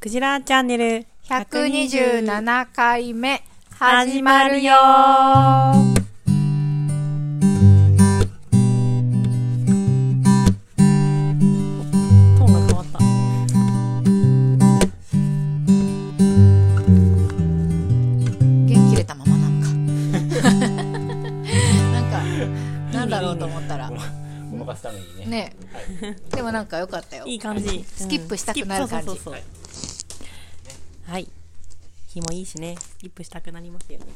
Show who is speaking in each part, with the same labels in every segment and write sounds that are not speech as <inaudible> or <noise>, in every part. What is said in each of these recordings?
Speaker 1: クジラチャンネル
Speaker 2: 127回目
Speaker 1: 始
Speaker 2: 始
Speaker 1: ま
Speaker 2: ま
Speaker 1: る
Speaker 2: る
Speaker 1: よ
Speaker 2: よ
Speaker 1: トーンが変わった
Speaker 2: 元気れたままなんかなんかなんだろうと思ったら
Speaker 3: ごまかすためにね。
Speaker 2: ねでもなんか良かったよ
Speaker 1: いい感じ、
Speaker 2: スキップしたくなる感じ
Speaker 1: うんスキップそうそうそうそうはい、日もいいしねスキップしたくなりますよね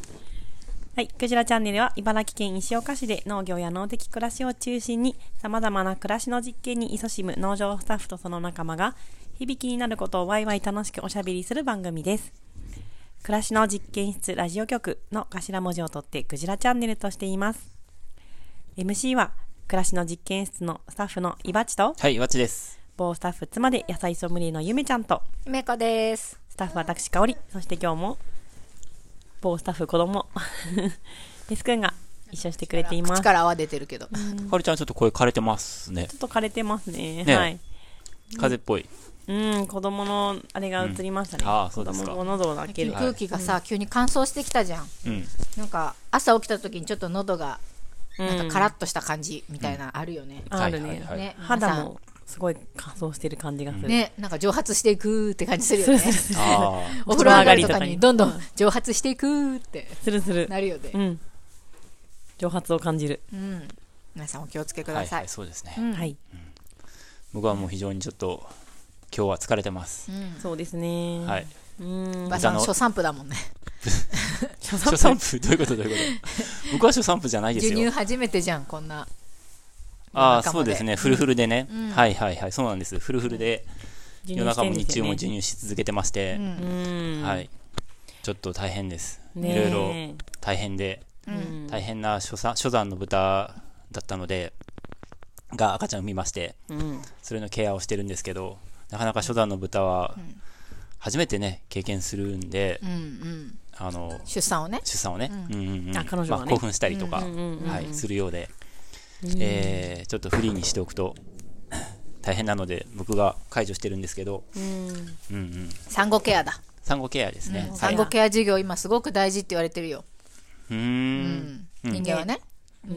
Speaker 1: はい。クジラチャンネルは、茨城県石岡市で農業や農的暮らしを中心に、様々な暮らしの実験に勤しむ農場スタッフとその仲間が、響きになることをワイワイ楽しくおしゃべりする番組です。暮らしの実験室ラジオ局の頭文字を取って、クジラチャンネルとしています。MC は、暮らしの実験室のスタッフのいばちと、
Speaker 3: はい、わっちです。
Speaker 1: 某スタッフ妻で野菜ソムリエのゆめちゃんと
Speaker 2: めこです
Speaker 1: スタッフ私香織そして今日も某スタッフ子供 <laughs> デスくんが一緒してくれています
Speaker 2: 口
Speaker 1: ちょ
Speaker 2: から泡出てるけど
Speaker 3: かおりちゃんちょっと声枯れてますね。
Speaker 1: っと枯れてますね
Speaker 3: ね
Speaker 1: はい
Speaker 3: 風邪っぽい。
Speaker 1: うん子供のあれが映りましたね、
Speaker 3: うんああそうですか
Speaker 1: 子供の喉を開ける、
Speaker 2: 空気がさ急に乾燥してきたじゃん
Speaker 3: うん。
Speaker 2: なんか朝起きた時にちょっと喉が
Speaker 1: うん
Speaker 2: なんかカラッとした感じみたいなあるよね
Speaker 1: あるね、
Speaker 3: はいはいはい
Speaker 2: ね
Speaker 1: 肌もすごい乾燥してる感じがする、
Speaker 2: ねなんか蒸発していくって感じするよね
Speaker 3: ああ。
Speaker 2: お風呂上がりとかにどんどん蒸発していくって
Speaker 1: するする
Speaker 2: なるよね
Speaker 1: うん蒸発を感じる、
Speaker 2: うん皆さんお気をつけく
Speaker 3: は
Speaker 2: だ
Speaker 3: い、
Speaker 2: さ
Speaker 3: はいい、そうですね。
Speaker 2: うん
Speaker 1: はい
Speaker 3: 僕はもう非常にちょっと、今日は疲れてます。
Speaker 1: そうですね <laughs>
Speaker 3: はい。
Speaker 1: うん
Speaker 2: 馬さん初散布だもんね
Speaker 3: 初散布、 <laughs> どういうことどういうこと僕は初散布じゃないです
Speaker 2: 授乳
Speaker 3: よ。
Speaker 2: 初めてじゃんこんな
Speaker 3: あ
Speaker 2: 夜
Speaker 3: あ、
Speaker 2: 中
Speaker 3: そ
Speaker 2: ま
Speaker 3: う
Speaker 2: で
Speaker 3: ですね。フルフルでね
Speaker 2: うん。
Speaker 3: はいはいはい。そうなんです。フルフルで、夜中も日中も
Speaker 1: 授
Speaker 3: 授
Speaker 1: 乳
Speaker 3: 乳し続けてまし
Speaker 2: う
Speaker 3: て、
Speaker 1: してるんですよ
Speaker 2: ん
Speaker 1: ねうん
Speaker 3: はい。ちょっと大変です。
Speaker 1: ね
Speaker 3: い
Speaker 1: え
Speaker 3: ろいろ大変で、
Speaker 2: うん
Speaker 3: 大変な初産初産の豚だったので、が赤ちゃん産みまして、
Speaker 1: うん
Speaker 3: それのケアをしてるんですけど、なかなか初段の豚は
Speaker 2: ん
Speaker 3: 初めてね、経験するんで、
Speaker 2: うんうん
Speaker 3: あの、
Speaker 2: 出産をね
Speaker 3: 出産をね、うんうんうん
Speaker 1: あ彼女がね
Speaker 3: まあ、興奮したりとか、
Speaker 1: うんうんうんうん
Speaker 3: はい、するようで、えーちょっとフリーにしておくと <clears throat> 大変なので、僕が解除してるんですけど、
Speaker 1: うん
Speaker 3: うんうん、
Speaker 2: 産後ケアだ
Speaker 3: 産後ケアですね。はい
Speaker 2: 産後ケア事業今すごく大事って言われてるよ
Speaker 3: う
Speaker 2: う
Speaker 3: ー、
Speaker 2: んん人間はね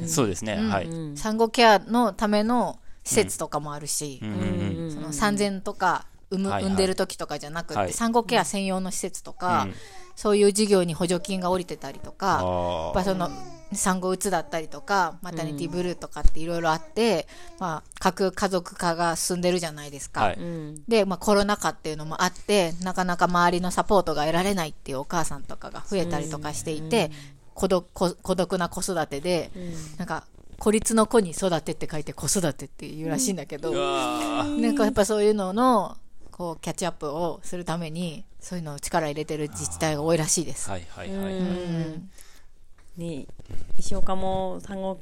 Speaker 3: そうですね、はい。
Speaker 1: う
Speaker 3: うん
Speaker 1: ん
Speaker 2: 産後ケアのための施設とかもあるし
Speaker 3: うんうん
Speaker 2: その産前とか産む
Speaker 3: はいはい
Speaker 2: 産んでる時とかじゃなく
Speaker 3: は
Speaker 2: て
Speaker 3: い
Speaker 2: 産後ケア専用の施設とか
Speaker 3: うん
Speaker 2: そういう事業に補助金が下りてたりと
Speaker 3: あ
Speaker 2: かやっぱ
Speaker 3: ー
Speaker 2: その産後うつだったりとかマタニティブルーとかっていろいろあって、まあ、核家族化が進んでるじゃないですか、
Speaker 3: はい
Speaker 1: うん
Speaker 2: で、まあ、コロナ禍っていうのもあってなかなか周りのサポートが得られないっていうお母さんとかが増えたりとかしていて、孤独孤孤独な子育てで、なんか孤立の子に育てって書いて子育てっていうらしいんだけど、
Speaker 3: うわー
Speaker 2: なんかやっぱそういうののこうキャッチアップをするためにそういうのを力入れてる自治体が多いらしいです。
Speaker 3: はいはいはい、
Speaker 1: う
Speaker 3: はい。
Speaker 2: うん
Speaker 1: ね石岡も産後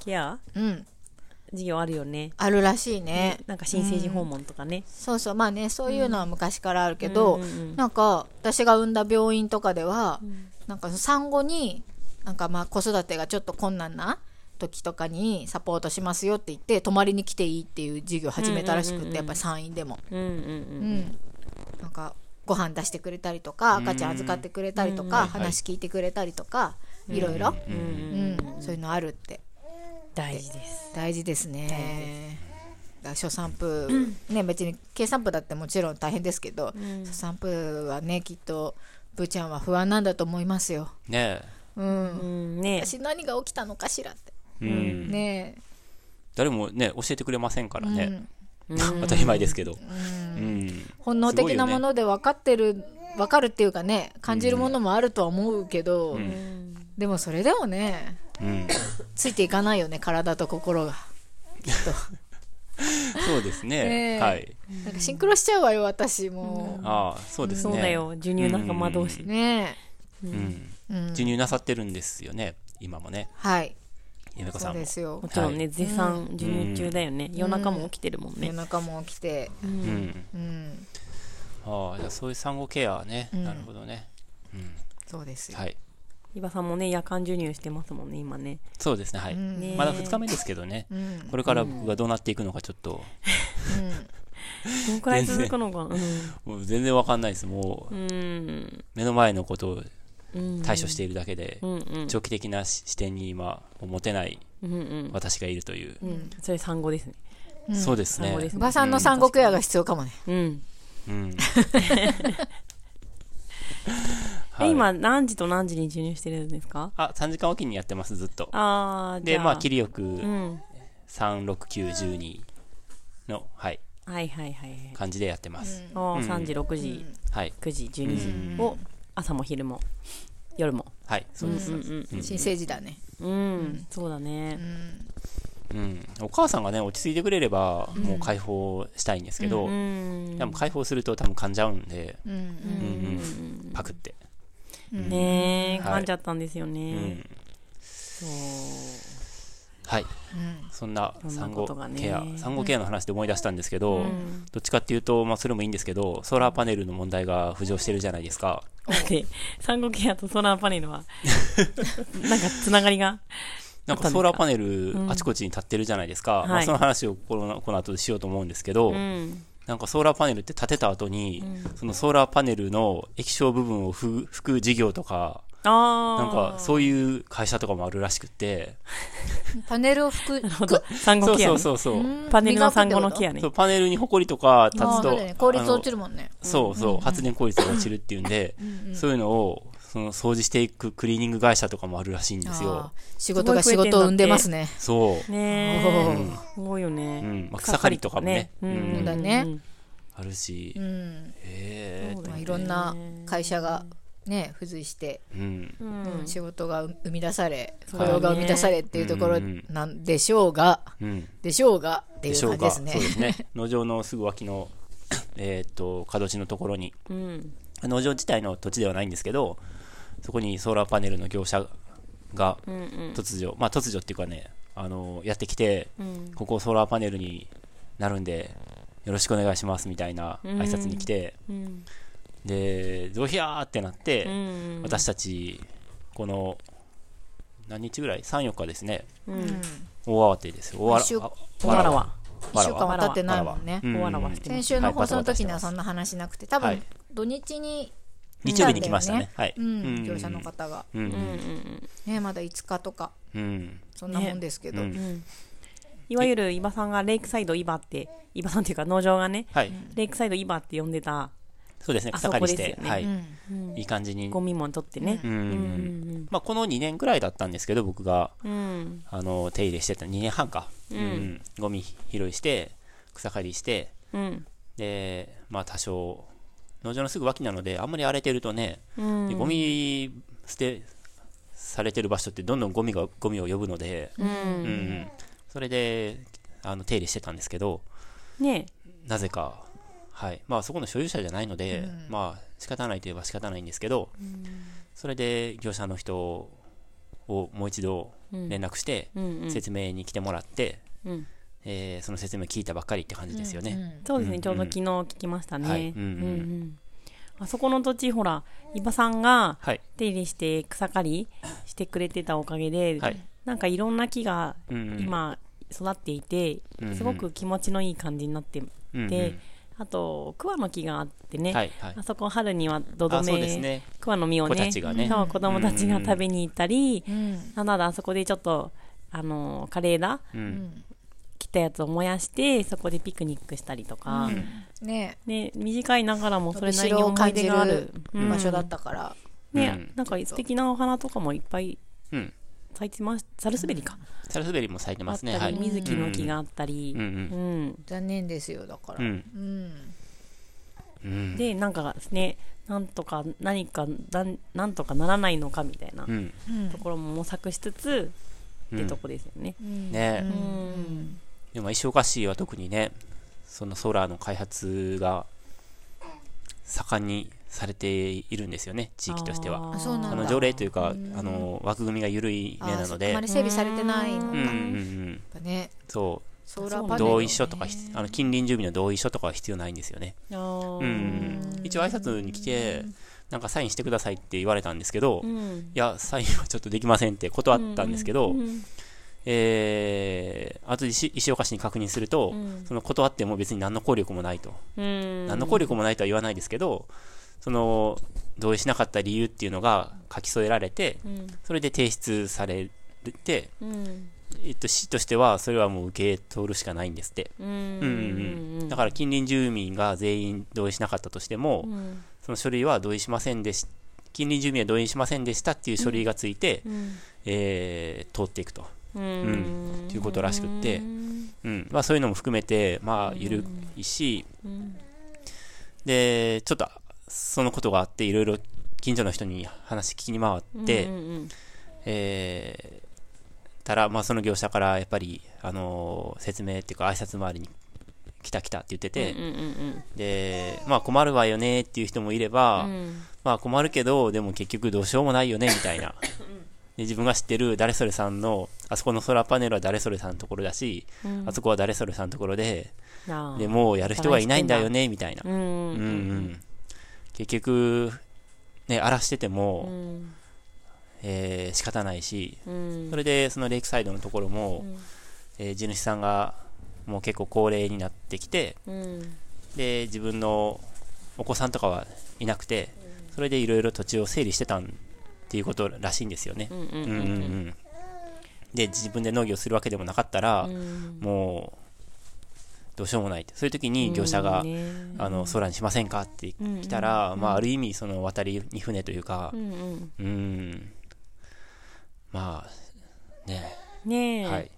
Speaker 1: ケア
Speaker 2: うん、
Speaker 1: 事業あるよね
Speaker 2: あるらしいね
Speaker 1: なんか新生児訪問とかね
Speaker 2: そうそうまあねそういうのは昔からあるけど、
Speaker 1: うんうんうん
Speaker 2: なんか私が産んだ病院とかでは、なんか産後になんかまあ子育てがちょっと困難な時とかにサポートしますよって言って泊まりに来ていいっていう授業始めたらしくって、やっぱり産院でも、
Speaker 1: うんうん
Speaker 2: う
Speaker 1: うん
Speaker 2: ん、なんかご飯出してくれたりとか赤ちゃん預かってくれたりとか、
Speaker 3: うん
Speaker 2: 話聞いてくれたりとか、いろいろ、
Speaker 3: うんうん
Speaker 2: うんそういうのあるって
Speaker 1: 大事です
Speaker 2: 大事ですね。だから初産婦、ね別に計算婦だってもちろん大変ですけど、初産婦はねきっとブーちゃんは不安なんだと思いますよ。
Speaker 3: ね
Speaker 2: うん、
Speaker 1: うんね
Speaker 2: 私何が起きたのかしらって。
Speaker 3: え、うん、
Speaker 2: ね
Speaker 3: 誰もね、教えてくれませんから
Speaker 2: え、
Speaker 3: ね。
Speaker 2: うん
Speaker 3: <laughs> 当たり前ですけど、うん
Speaker 2: 本能的なもので分かってる、分かるっていうかね感じるものもあるとは思うけど、でもそれでもね
Speaker 3: うん、
Speaker 2: ついていかないよね体と心が。きっと
Speaker 3: そうです
Speaker 2: ね
Speaker 3: ね、
Speaker 2: え
Speaker 3: はい、
Speaker 2: なんかシンクロしちゃうわよ私も
Speaker 3: ああ、そうです
Speaker 1: そう
Speaker 3: ね、
Speaker 1: だよ授乳仲間同士
Speaker 2: う。ね
Speaker 3: うん、
Speaker 2: え、うん、
Speaker 3: 授乳なさってるんですよね、今もね、
Speaker 2: はい
Speaker 3: ゆめこ
Speaker 2: そ
Speaker 3: さ
Speaker 2: うん
Speaker 3: も
Speaker 2: で。すよ
Speaker 1: もちろんね絶賛授乳中だよね夜中も起きてるもん
Speaker 2: 夜
Speaker 1: ね
Speaker 2: 中も起きて、
Speaker 3: うん、
Speaker 2: うん、
Speaker 3: ああ、じゃあそういう産後ケアね、
Speaker 2: ん
Speaker 3: なるほどね、
Speaker 2: そうですよ。
Speaker 3: はい、
Speaker 1: 伊庭さんもね夜間授乳してますもんね今ね
Speaker 3: そうですね、はい、
Speaker 2: うん
Speaker 1: ね
Speaker 3: <laughs> まだ2日目ですけどね、
Speaker 2: うん、
Speaker 3: これから僕がどうなっていくのかちょっと、
Speaker 1: どのくらい続くのかな。
Speaker 3: もう全然わかんないです。もう
Speaker 1: うん。うん。
Speaker 3: 目の前のことを
Speaker 1: うん。
Speaker 3: 対処しているだけで、
Speaker 1: うんうん。
Speaker 3: 長期的な視視点に今、持てない
Speaker 1: うんうん。
Speaker 3: 私がいるという
Speaker 1: う。ん。それ産後ですね。
Speaker 2: うん
Speaker 3: そうです
Speaker 1: 産
Speaker 3: ね
Speaker 1: 後。です
Speaker 2: お
Speaker 1: ね
Speaker 2: ばさんの三国屋が必要かもね。
Speaker 1: うん。 <laughs>
Speaker 3: うん。は
Speaker 1: え
Speaker 3: い、
Speaker 1: 今何時と何時に授乳してるんですか
Speaker 3: あ、3時間おきにやってます、ずっと。
Speaker 1: ああ、じゃ
Speaker 3: で、まあ、切りよく、
Speaker 1: うん。
Speaker 3: 3、6、9、12の、はい、
Speaker 1: はいはいはいはい。
Speaker 3: 感じでやってます。
Speaker 1: おー
Speaker 3: うん
Speaker 1: 3時、6時、
Speaker 3: はい。
Speaker 1: 9時、12時を朝も昼も夜も。
Speaker 3: はい、そうです。
Speaker 1: うんうん
Speaker 2: 新生児だね。
Speaker 1: うん。そうだね。
Speaker 3: うん、お母さんがね落ち着いてくれればもう解放したいんですけど、
Speaker 1: うん
Speaker 3: で。も解放すると多分噛んじゃうんで、
Speaker 2: うんうん
Speaker 3: うんうん、パクって、
Speaker 1: ねえ、
Speaker 3: はい
Speaker 1: 噛んじゃったんですよ
Speaker 3: う
Speaker 1: ね。
Speaker 3: ん、
Speaker 1: そう。 <laughs>
Speaker 3: はい
Speaker 2: うん
Speaker 3: そんな
Speaker 1: そんな
Speaker 3: 産
Speaker 1: こ
Speaker 3: 後
Speaker 1: とがね
Speaker 3: ケア、産後ケアの話で思い出したんですけど、
Speaker 1: うん
Speaker 3: どっちかっていうと、まあ、それもいいんですけどソーラーパネルの問題が浮上してるじゃないですか
Speaker 1: だって、産後ケアとソーラーパネ
Speaker 3: <laughs>
Speaker 1: ルは、なんかつながりが。
Speaker 3: なん
Speaker 1: あったんですか
Speaker 3: かソーラーパネルあちこちに立ってるじゃないですか、
Speaker 1: はい
Speaker 3: まあ、その話をこのこの後でしようと思うんですけど、
Speaker 1: うん。
Speaker 3: なんかソーラーパネルって立てた後に、そのソーラーパネルの液晶部分をふ拭く事業とか
Speaker 1: ああ。
Speaker 3: なんかそういう会社とかもあるらしくって
Speaker 2: パネルを拭
Speaker 1: なるほ
Speaker 2: く。
Speaker 1: ど。産
Speaker 3: そ
Speaker 1: 後
Speaker 3: う
Speaker 1: ケア
Speaker 3: そ
Speaker 1: ね
Speaker 3: う。そうそう,、
Speaker 1: パネルの産後のケ
Speaker 2: ア。
Speaker 1: アね
Speaker 3: そう。パネルにホコリとか立
Speaker 2: あ
Speaker 3: つ
Speaker 2: あそう
Speaker 3: と、
Speaker 2: だよね効率落ち
Speaker 3: る
Speaker 2: るもんね。
Speaker 3: そうそう発電効率が落ちるっていうんでそういうのをその掃除していくクリーニング会社とかもあるらしいんです
Speaker 2: あ
Speaker 3: よ
Speaker 2: あ仕事が仕事を生んでますね。
Speaker 3: そう、
Speaker 1: ねえ。すごいよね。
Speaker 3: うんまあ、草刈りとかもね
Speaker 1: う
Speaker 3: うん
Speaker 1: ん。
Speaker 2: そうだね
Speaker 1: うん
Speaker 3: あるし、
Speaker 2: うん。
Speaker 3: へえ
Speaker 1: そうだよ
Speaker 2: まあ
Speaker 1: ね
Speaker 2: いろんな会社がね、付随して、
Speaker 3: うん
Speaker 1: うん
Speaker 2: 仕事が生み出され、
Speaker 1: そう
Speaker 2: 雇
Speaker 1: だね
Speaker 2: 用が生み出されっていうところなんでしょうが、
Speaker 3: うん
Speaker 2: でしょうがって
Speaker 3: で
Speaker 2: いう
Speaker 3: しょ
Speaker 2: 感
Speaker 3: う
Speaker 2: じで
Speaker 3: か
Speaker 2: すね
Speaker 3: そう。ですね農場のすぐ脇の <coughs> えーっと角地のところに
Speaker 1: うん。
Speaker 3: 農場自体の土地ではないんですけどそこにソーラーパネルの業者が
Speaker 1: うんうん。
Speaker 3: 突如、まあ突如っていうかねあのやってきて、
Speaker 1: うん
Speaker 3: ここソーラーパネルになるんでよろしくお願いしますみたいな挨拶に来て、
Speaker 1: うん
Speaker 3: でゾヒャーってなって、
Speaker 1: うん。
Speaker 3: 私たちこの何日ぐらい34日ですね
Speaker 1: うん。
Speaker 3: 大慌てです大わ
Speaker 2: 一週
Speaker 3: あ
Speaker 1: わら
Speaker 3: わ
Speaker 1: わ。
Speaker 2: 一週間は
Speaker 1: わ
Speaker 2: 経
Speaker 1: らわ
Speaker 2: ってないもんね。
Speaker 3: うん
Speaker 1: わらわしてま
Speaker 2: 先
Speaker 1: す。
Speaker 2: 週の放送の時に
Speaker 3: は
Speaker 2: はいそんな話なくて、多
Speaker 3: は
Speaker 2: 分
Speaker 3: い
Speaker 2: 土日に
Speaker 3: 日曜日に来ましたねはい、
Speaker 2: うん、業者の方が、
Speaker 3: うん
Speaker 1: うんうん
Speaker 2: ね、まだ5日とか
Speaker 3: うん
Speaker 2: そんなもんですけど、
Speaker 3: ね
Speaker 1: うんうん。いわゆる伊庭さんがレイクサイド伊庭って、伊庭さんっていうか農場がね、
Speaker 3: はい
Speaker 1: レイクサイド伊庭って呼んでた
Speaker 3: そうですね
Speaker 1: あ
Speaker 3: 草刈り
Speaker 1: そ
Speaker 3: し
Speaker 1: こ
Speaker 3: て、
Speaker 1: ですよね
Speaker 3: はい、
Speaker 2: うん
Speaker 3: いい感じに
Speaker 1: ゴミも取ってね。
Speaker 3: うん
Speaker 1: うん
Speaker 3: まあ、この2年くらいだったんですけど僕が
Speaker 1: うんうん。
Speaker 3: あの手入れしてた2年半か、うんゴミ拾いして草刈りして
Speaker 1: うん。
Speaker 3: でまあ多少農場のすぐ脇なのであんまり荒れてるとね、
Speaker 1: うん
Speaker 3: でゴミ捨てされてる場所ってどんどんゴミがゴミを呼ぶので、
Speaker 1: う
Speaker 3: うん
Speaker 1: ん
Speaker 3: うんそれであの手入れしてたんですけど
Speaker 1: ねえ
Speaker 3: なぜか、はいまあ、そこの所有者じゃないので、まあ仕方ないといえば仕方ないんですけど、それで業者の人をもう一度連絡して、
Speaker 1: うんうん
Speaker 3: 説明に来てもらって、
Speaker 1: うん
Speaker 3: えーその説明聞いたばっかりって感じですよね。
Speaker 1: そうですね、ちょうど昨日聞きました
Speaker 3: はい
Speaker 1: ね。
Speaker 3: う
Speaker 1: うんん
Speaker 3: う
Speaker 1: うんんあそこの土地、ほら、伊庭さんが
Speaker 3: はい、
Speaker 1: 手入れして草刈りしてくれてたおかげで、
Speaker 3: はい
Speaker 1: なんかいろんな木が
Speaker 3: うんうん
Speaker 1: 今育っていて、
Speaker 3: うんうん
Speaker 1: すごく気持ちのいい感じになってて、
Speaker 3: うんうん
Speaker 1: あと桑の木があってね、
Speaker 3: はいはい
Speaker 1: あそこ春には土
Speaker 3: あ
Speaker 1: 留
Speaker 3: そうです
Speaker 1: め、
Speaker 3: ね
Speaker 1: 桑の実をね
Speaker 3: 子たちがね
Speaker 1: そう子供たちが食べに行ったり、
Speaker 2: うん
Speaker 1: なんならあそこでちょっとあのカレーだ
Speaker 3: うん
Speaker 1: 切ったやつを燃やしてそこでピクニックしたりとか、
Speaker 2: ね
Speaker 1: ね、短いながらもそれなりに
Speaker 2: 後ろを
Speaker 1: 思い
Speaker 2: 感じ
Speaker 1: 出
Speaker 2: る
Speaker 1: がある
Speaker 2: 場所だったから、
Speaker 1: うんね、
Speaker 3: うん
Speaker 1: なんか素敵なお花とかもいっぱい
Speaker 3: うん
Speaker 1: 咲いてますサルスベリか、
Speaker 3: サルスベリーも咲いて
Speaker 1: あ
Speaker 3: ま
Speaker 1: っ
Speaker 3: すね。
Speaker 1: た
Speaker 3: は
Speaker 1: り
Speaker 3: い。
Speaker 1: 水木の木があったり、
Speaker 3: うんうん
Speaker 1: うん
Speaker 2: 残念ですよだか
Speaker 3: う
Speaker 2: ら、
Speaker 3: ん。
Speaker 2: うん
Speaker 3: うん。
Speaker 1: でなんかですねなんとか何かなんなんとかならないのかみたいな
Speaker 3: うん。
Speaker 2: うん
Speaker 1: ところも模索しつつ、
Speaker 3: うん
Speaker 1: ってとこですよね。
Speaker 3: ねえ。
Speaker 1: うん
Speaker 3: でも、石岡市は特にね、そのソーラーの開発が盛んにされているんですよね、地域としては。
Speaker 2: そうな
Speaker 3: あ
Speaker 2: んだ
Speaker 3: の条例というか、あの枠組みが緩い
Speaker 2: あ
Speaker 3: 目な
Speaker 2: ー
Speaker 3: の
Speaker 2: そこ
Speaker 3: で
Speaker 2: ま、で整備されてないのか、
Speaker 3: うん
Speaker 1: う
Speaker 3: うんん
Speaker 2: や
Speaker 3: う
Speaker 2: っ
Speaker 3: ん
Speaker 2: ぱね
Speaker 3: そ
Speaker 2: ソーラーパネル
Speaker 3: う、
Speaker 2: をね
Speaker 3: 同意書とかひ、あの近隣住民の同意書とかは必要ないんですよね。
Speaker 1: あー
Speaker 3: うん、一応挨拶に来て、なんかサインしてくださいって言われたんですけど、
Speaker 1: うん
Speaker 3: いや、サインはちょっとできませんって断ったんですけど、
Speaker 1: うん
Speaker 3: えー、あと石石岡市に確認すると、
Speaker 1: うん
Speaker 3: その断っても別に何の効力もないと、
Speaker 1: うん
Speaker 3: 何の効力もないとは言わないですけど、その同意しなかった理由っていうのが書き添えられて、
Speaker 1: うん
Speaker 3: それで提出されて、
Speaker 1: うん
Speaker 3: えっと、市としてはそれはもう受け取るしかないんですって。
Speaker 1: う
Speaker 3: うんうんうんん、だから近隣住民が全員同意しなかったとしても、
Speaker 1: うん
Speaker 3: その書類は同意しませんでし近隣住民は同意しませんでしたっていう書類がついて、
Speaker 1: うん
Speaker 3: えー通っていくと、
Speaker 1: う
Speaker 3: うん
Speaker 1: ん
Speaker 3: ということらしくって
Speaker 1: うん
Speaker 3: うんまあ、そういうのも含めて、まあ、緩いし、
Speaker 1: うん
Speaker 3: でちょっとそのことがあっていろいろ近所の人に話聞きに回って、
Speaker 1: うんうん
Speaker 3: えーたら、まあ、その業者からやっぱり、あのー説明っていうか挨拶回りに来た来たって言ってて、
Speaker 1: うんうん
Speaker 3: で、まあ、困るわよねっていう人もいれば、
Speaker 1: うん
Speaker 3: まあ困るけど、でも結局どうしようもないよね、みたいな。で自分が知ってる誰それさんの、あそこのソラーパネルは誰それさんのところだし、
Speaker 1: うん
Speaker 3: あそこは誰それさんのところで、
Speaker 1: なあ
Speaker 3: でもうやる人はいないんだよね、みたいな
Speaker 1: う。ん
Speaker 3: う
Speaker 1: うん
Speaker 3: うんん。結局、ね、荒らしてて
Speaker 1: う
Speaker 3: も、
Speaker 1: ん
Speaker 3: えー仕方ないし、
Speaker 1: うん
Speaker 3: それでそのレイクサイドのところも、えー地主さんがもう結構高齢になってきて、
Speaker 1: うん
Speaker 3: で自分のお子さんとかはいなくてそれでいろいろ土地を整理してたんっていうことらしいんですよね
Speaker 1: う。んう
Speaker 3: うんんう
Speaker 1: うん
Speaker 3: うんん、で自分で農業するわけでもなかったら、
Speaker 1: うん
Speaker 3: もうどうしようもないってそういう時に業者
Speaker 1: う
Speaker 3: が
Speaker 1: ん
Speaker 3: 「
Speaker 1: ね
Speaker 3: あの空にしませんか?」って来たら、まあ、ある意味その渡りに船というか
Speaker 1: う、んうん
Speaker 3: うん、まあね
Speaker 1: ねえ、
Speaker 3: はい、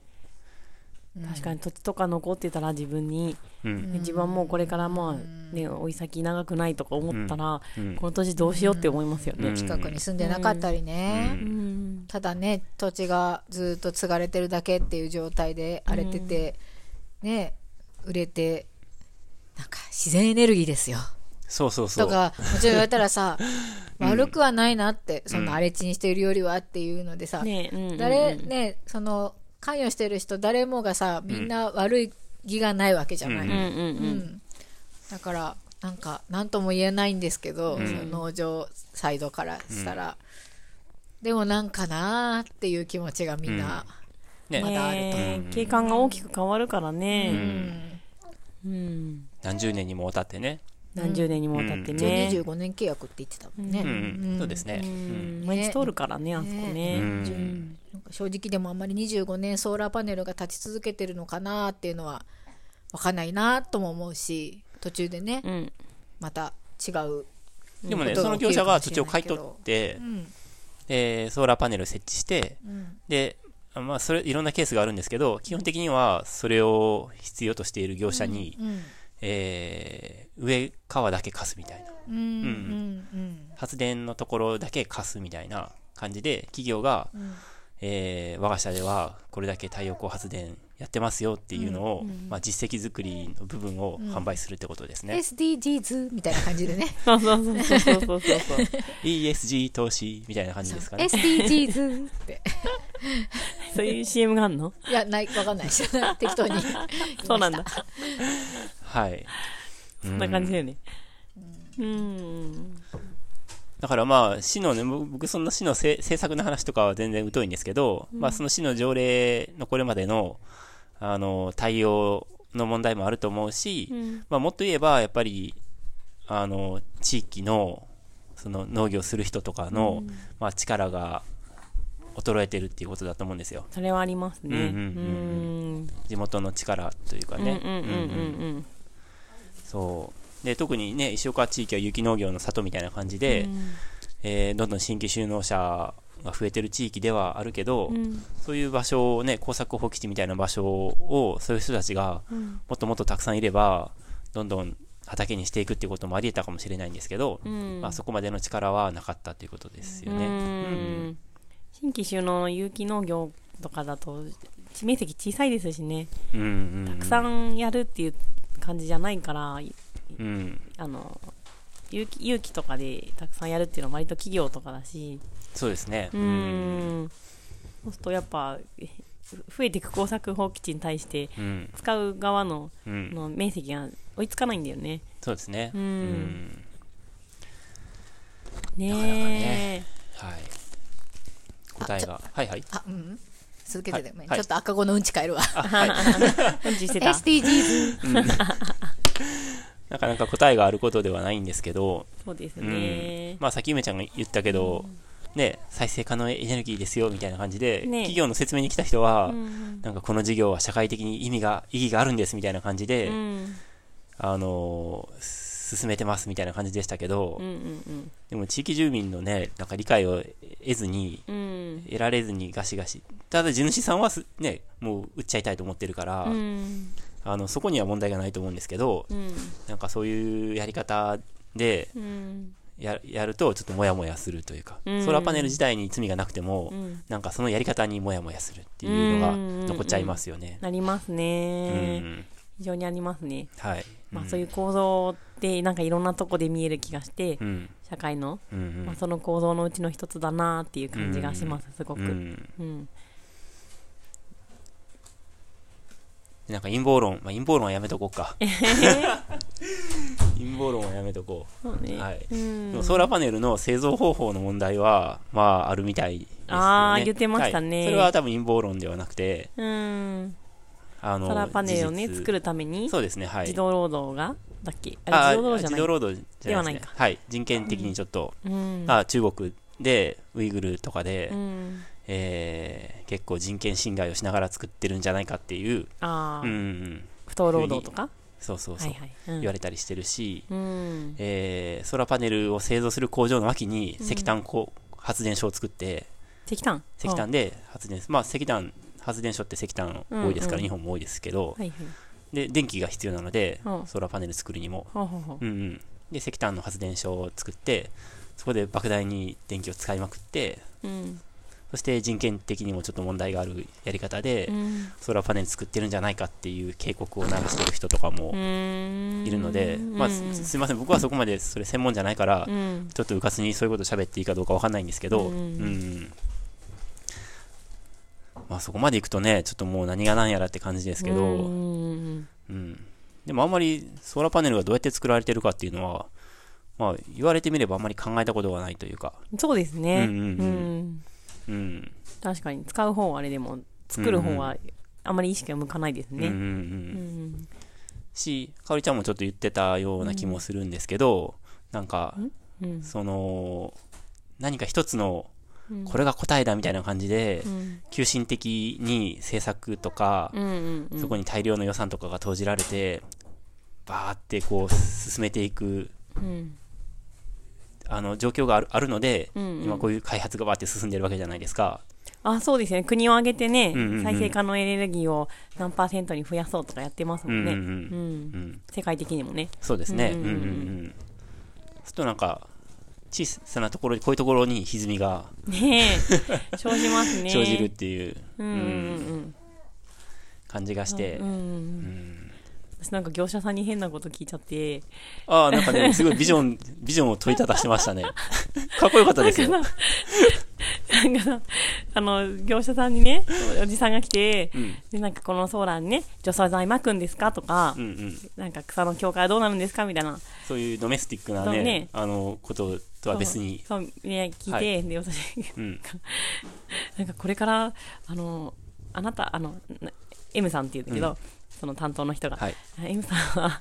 Speaker 1: 確かに土地とか残ってたら自分に、
Speaker 3: うん
Speaker 1: ね自分はもうこれからまあね追い先長くないとか思ったら、
Speaker 3: うん
Speaker 1: この年どうしようって思いますよね。
Speaker 2: 近くに住んでなかったりね、
Speaker 3: うん
Speaker 1: うん
Speaker 2: ただね土地がずっと継がれてるだけっていう状態で荒れてて、ね売れてなんか自然エネルギーですよ
Speaker 3: そうそうそう。
Speaker 2: とかもちろん言われたら
Speaker 1: <laughs>
Speaker 2: さ悪くはないなってそんな荒れ地にしているよりはっていうのでさ、
Speaker 1: ねえ、うんうんうん
Speaker 2: 誰ねその関与してる人誰もがさみんな悪い気がないわけじゃない、
Speaker 1: うんうん
Speaker 2: うんだからなんか何とも言えないんですけど、その農場サイドからしたら、でもなんかなーっていう気持ちがみんな、
Speaker 3: ね
Speaker 2: まだあると
Speaker 1: ねえ景観が大きく変わるから
Speaker 2: う
Speaker 1: ね、
Speaker 2: ん
Speaker 1: うん
Speaker 3: 何十年にもわたってね。
Speaker 1: 何十年にもわたってね、
Speaker 2: 25年契約って言ってたもんね、
Speaker 3: うんうん
Speaker 2: ん
Speaker 3: そうですね。うん
Speaker 1: 毎日通るからねあそこね、
Speaker 3: うん
Speaker 2: なんか正直でもあんまり25年ソーラーパネルが立ち続けてるのかなーっていうのは分かんないなーとも思うし途中でね、
Speaker 1: うん
Speaker 2: また違う、
Speaker 3: でもね、
Speaker 2: こと
Speaker 3: そ
Speaker 2: が
Speaker 3: の
Speaker 2: 起きる
Speaker 3: 業者が土地を
Speaker 2: かも
Speaker 3: 買い
Speaker 2: しれないけ
Speaker 3: 取
Speaker 2: ど
Speaker 3: って
Speaker 2: う、ん
Speaker 3: でソーラーパネル設置して、で、あまあ、それ、いろんなケースがあるんですけど、基本的には、それを必要としている業者に、
Speaker 2: うん
Speaker 3: えー上、川だけ貸すみたいな。
Speaker 2: うんうんうん
Speaker 3: 発電のところだけ貸すみたいな感じで、企業が、えー我が社では、これだけ太陽光発電やってますよっていうのを、まあ、実績作りの部分を販売するってことですね。
Speaker 2: SDGs みたいな感じでね
Speaker 1: そうそうそうそうそうそうそう
Speaker 3: ESG 投資みたいな感じですかね。
Speaker 2: SDGs って
Speaker 1: そういう CM があるの
Speaker 2: いやないわかんない <laughs> し適当に言いました
Speaker 1: そうなんだ
Speaker 3: はい。
Speaker 1: そんな感じだよねうん
Speaker 3: だからまあ、市のね、僕僕そんな市のせ政策の話とかは全然疎いんですけど、まあその市の条例のこれまでの、あの、対応の問題もあると思うし、
Speaker 1: ん
Speaker 3: まあもっと言えば、やっぱり、あの、地域の、その農業する人とかの、まあ力が衰えてるっていうことだと思うんですよ。
Speaker 1: それはありますね
Speaker 3: うんうんう
Speaker 1: うん
Speaker 3: 地元の力というか
Speaker 1: うんうん
Speaker 3: ね。
Speaker 1: うんうんうん
Speaker 3: そう。で、特にね、石岡地域は有機農業の里みたいな感じで、えーどんどん新規就農者が増えてる地域ではあるけど、
Speaker 1: うん
Speaker 3: そういう場所をね、耕作放棄地みたいな場所を、そういう人たちが
Speaker 1: うん
Speaker 3: もっともっとたくさんいれば、どんどん畑にしていくっていうこともあり得たかもしれないんですけど、
Speaker 1: うん
Speaker 3: まあ、そこまでの力はなかったということですよね。
Speaker 1: うん新規収納の有機農業とかだと地面積小さいですしね
Speaker 3: うんうんうん
Speaker 1: たくさんやるっていう感じじゃないからい
Speaker 3: うん、
Speaker 1: あの有機有機とかでたくさんやるっていうのは割と企業とかだし
Speaker 3: そうですね。
Speaker 1: うーんそうするとやっぱえ増えていく耕作放棄地に対して
Speaker 3: うん、
Speaker 1: 使う側の
Speaker 3: うん、
Speaker 1: の面積が追いつかないんだよね。
Speaker 3: そうですね。
Speaker 1: うん
Speaker 3: うん
Speaker 1: ねえ
Speaker 3: なかなかねはい。答えが、はいはい。
Speaker 2: あうん続けてて、
Speaker 3: はい
Speaker 2: ちょっと赤子のうんち変えるわ。
Speaker 1: うんちしてた。
Speaker 2: SDGs。
Speaker 3: なかなか答えがあることではないんですけど、
Speaker 1: そうです
Speaker 3: うん
Speaker 1: ね。
Speaker 3: まあ、さっき梅ちゃんが言ったけど、ね、再生可能エネルギーですよみたいな感じで、
Speaker 1: ね
Speaker 3: 企業の説明に来た人は、
Speaker 1: うん
Speaker 3: なんかこの事業は社会的に意味が意義があるんですみたいな感じで、
Speaker 1: うん
Speaker 3: あのー進めてますみたいな感じでしたけど、
Speaker 1: うんうん
Speaker 3: でも地域住民のねなんか理解を得ずに
Speaker 1: うんうん
Speaker 3: 得られずにガシガシただ地主さんはすねもう売っちゃいたいと思ってるから、
Speaker 1: うん
Speaker 3: あのそこには問題がないと思うんですけど、
Speaker 1: うん
Speaker 3: なんかそういうやり方で
Speaker 1: うん
Speaker 3: ややるとちょっとモヤモヤするというか、
Speaker 1: うん
Speaker 3: ソーラーパネル自体に罪がなくても、
Speaker 1: うん
Speaker 3: なんかそのやり方にモヤモヤするっていうのが
Speaker 1: うん
Speaker 3: 残っちゃいますよね。
Speaker 1: なります
Speaker 3: うん
Speaker 1: ね。非常にありますね。
Speaker 3: はい。
Speaker 1: まあそういうう構造ってなんかいろんなとこで見える気がして、
Speaker 3: ん、うん
Speaker 1: 社会の、
Speaker 3: うんうん
Speaker 1: まあ、その構造のうちの一つだなっていう感じがします、すごく。
Speaker 3: う
Speaker 1: うん
Speaker 3: ん
Speaker 1: うん
Speaker 3: でなんか陰謀論、まあ、陰謀論はやめと
Speaker 1: <laughs>
Speaker 3: こうか。陰謀論はやめとこう。
Speaker 1: そうね
Speaker 3: はい。
Speaker 1: うん
Speaker 3: でもソーラーパネルの製造方法の問題は、まあ、あるみたいですよね。
Speaker 1: あー言ってましたね
Speaker 3: はいそれは多分陰謀論ではなくて、
Speaker 1: うん
Speaker 3: あの、
Speaker 1: ソラーパネルをね
Speaker 3: 事実
Speaker 1: 作るために
Speaker 3: そうですね、はい。
Speaker 1: 自動労働がだっけ
Speaker 3: あ
Speaker 1: あれ自動労働じゃ
Speaker 3: 自動
Speaker 1: ない
Speaker 3: 労働じゃないですね
Speaker 1: ではない
Speaker 3: はい。人権的にちょっと、
Speaker 1: うん
Speaker 3: あ中国で、ウイグルとかで、
Speaker 1: うん
Speaker 3: えー結構人権侵害をしながら作ってるんじゃないかっていう、
Speaker 1: あ
Speaker 3: う
Speaker 1: ー
Speaker 3: んうん、
Speaker 1: 不当労働とか
Speaker 3: そうそう
Speaker 1: は
Speaker 3: そう、
Speaker 1: いはいうん
Speaker 3: 言われたりしてるし、
Speaker 1: うん
Speaker 3: えーソーラーパネルを製造する工場の脇に石炭こう発電所を作って、
Speaker 1: 石炭
Speaker 3: 石炭で発電、まあ石炭、発電所って石炭多いですから、
Speaker 1: うんうん
Speaker 3: 日本も多いですけど、
Speaker 1: はいはい
Speaker 3: で、電気が必要なので、
Speaker 1: うん
Speaker 3: ソーラーパネル作るにも。
Speaker 1: ほうほうほう
Speaker 3: うんうん、で、石炭の発電所を作って、そこで莫大に電気を使いまくって、
Speaker 1: うん
Speaker 3: そして人権的にもちょっと問題があるやり方で、
Speaker 1: うん
Speaker 3: ソーラーパネル作ってるんじゃないかっていう警告を鳴らしてる人とかもい
Speaker 1: い
Speaker 3: るので、まあ、すすいません、僕はそこまでそれ専門じゃないから、
Speaker 1: うん
Speaker 3: ちょっとうかつにそういうこと喋っていいかどうかわかんないんですけ
Speaker 1: う
Speaker 3: ど、うんん、まあそこまでいくとね、ちょっともう何が何やらって感じですけど、
Speaker 1: う
Speaker 3: うん、
Speaker 1: ん
Speaker 3: でもあんまりソーラーパネルがどうやって作られてるかっていうのは、まあ言われてみればあんまり考えたことがないというか、
Speaker 1: そうですね
Speaker 3: うんうんうん
Speaker 1: うん
Speaker 3: うん、
Speaker 1: 確かに使う方はあれでも作る方はあまり意識が向かないです
Speaker 3: うんうん
Speaker 1: ね
Speaker 3: う
Speaker 1: うんん
Speaker 3: し、かおりちゃんもちょっと言ってたような気もするんですけど、なんか、
Speaker 1: うん
Speaker 3: その、何か一つの
Speaker 1: うん、
Speaker 3: これが答えだみたいな感じで
Speaker 1: う、ん
Speaker 3: 急進的に政策とか、
Speaker 1: うんうんうん
Speaker 3: そこに大量の予算とかが投じられて、バーってこう進めていく、
Speaker 1: うん
Speaker 3: あの、状況があるあるので、
Speaker 1: うんうん
Speaker 3: 今こういう開発がバーって進んでるわけじゃないですか。
Speaker 1: あそうですよね国を挙げてね、
Speaker 3: うんうんうん
Speaker 1: 再生可能エネルギーを何パーセントに増やそうとかやってますもんね、
Speaker 3: うんうんうん
Speaker 1: うん世界的にもね
Speaker 3: そうですね。
Speaker 1: う
Speaker 3: うんん
Speaker 1: う
Speaker 3: うんん
Speaker 1: う
Speaker 3: うんん。するとなんか、小さなところ、こういうところに歪みが <laughs>
Speaker 1: ねえ生じますね
Speaker 3: 生じるっていう、
Speaker 1: うんうんうん
Speaker 3: 感じがして、
Speaker 1: うんうん
Speaker 3: うん
Speaker 1: 私なんか業者さんに変なこと聞いちゃって
Speaker 3: ああ、なんかね、すごいビジョン、 <laughs> ビジョンを問いただしてまし
Speaker 1: <laughs>
Speaker 3: たね。かっこよかったですよ。
Speaker 1: なんかさなんかさあの業者さんにねおじさんが来て、
Speaker 3: うん
Speaker 1: でなんかこのソーラーにね除草剤撒くんですかとか、
Speaker 3: うんうん。
Speaker 1: なんか草の境界はどうなるんですかみたいな
Speaker 3: そういうドメスティックな
Speaker 1: そう
Speaker 3: ね、
Speaker 1: ね
Speaker 3: あの、こととは別に。
Speaker 1: そうそうね聞いて、
Speaker 3: は
Speaker 1: で私
Speaker 3: うん。
Speaker 1: なんかこれからあのあなたあのな M さんって言うんだけど、
Speaker 3: う
Speaker 1: その担当の人が、
Speaker 3: はい。
Speaker 1: あ M さんは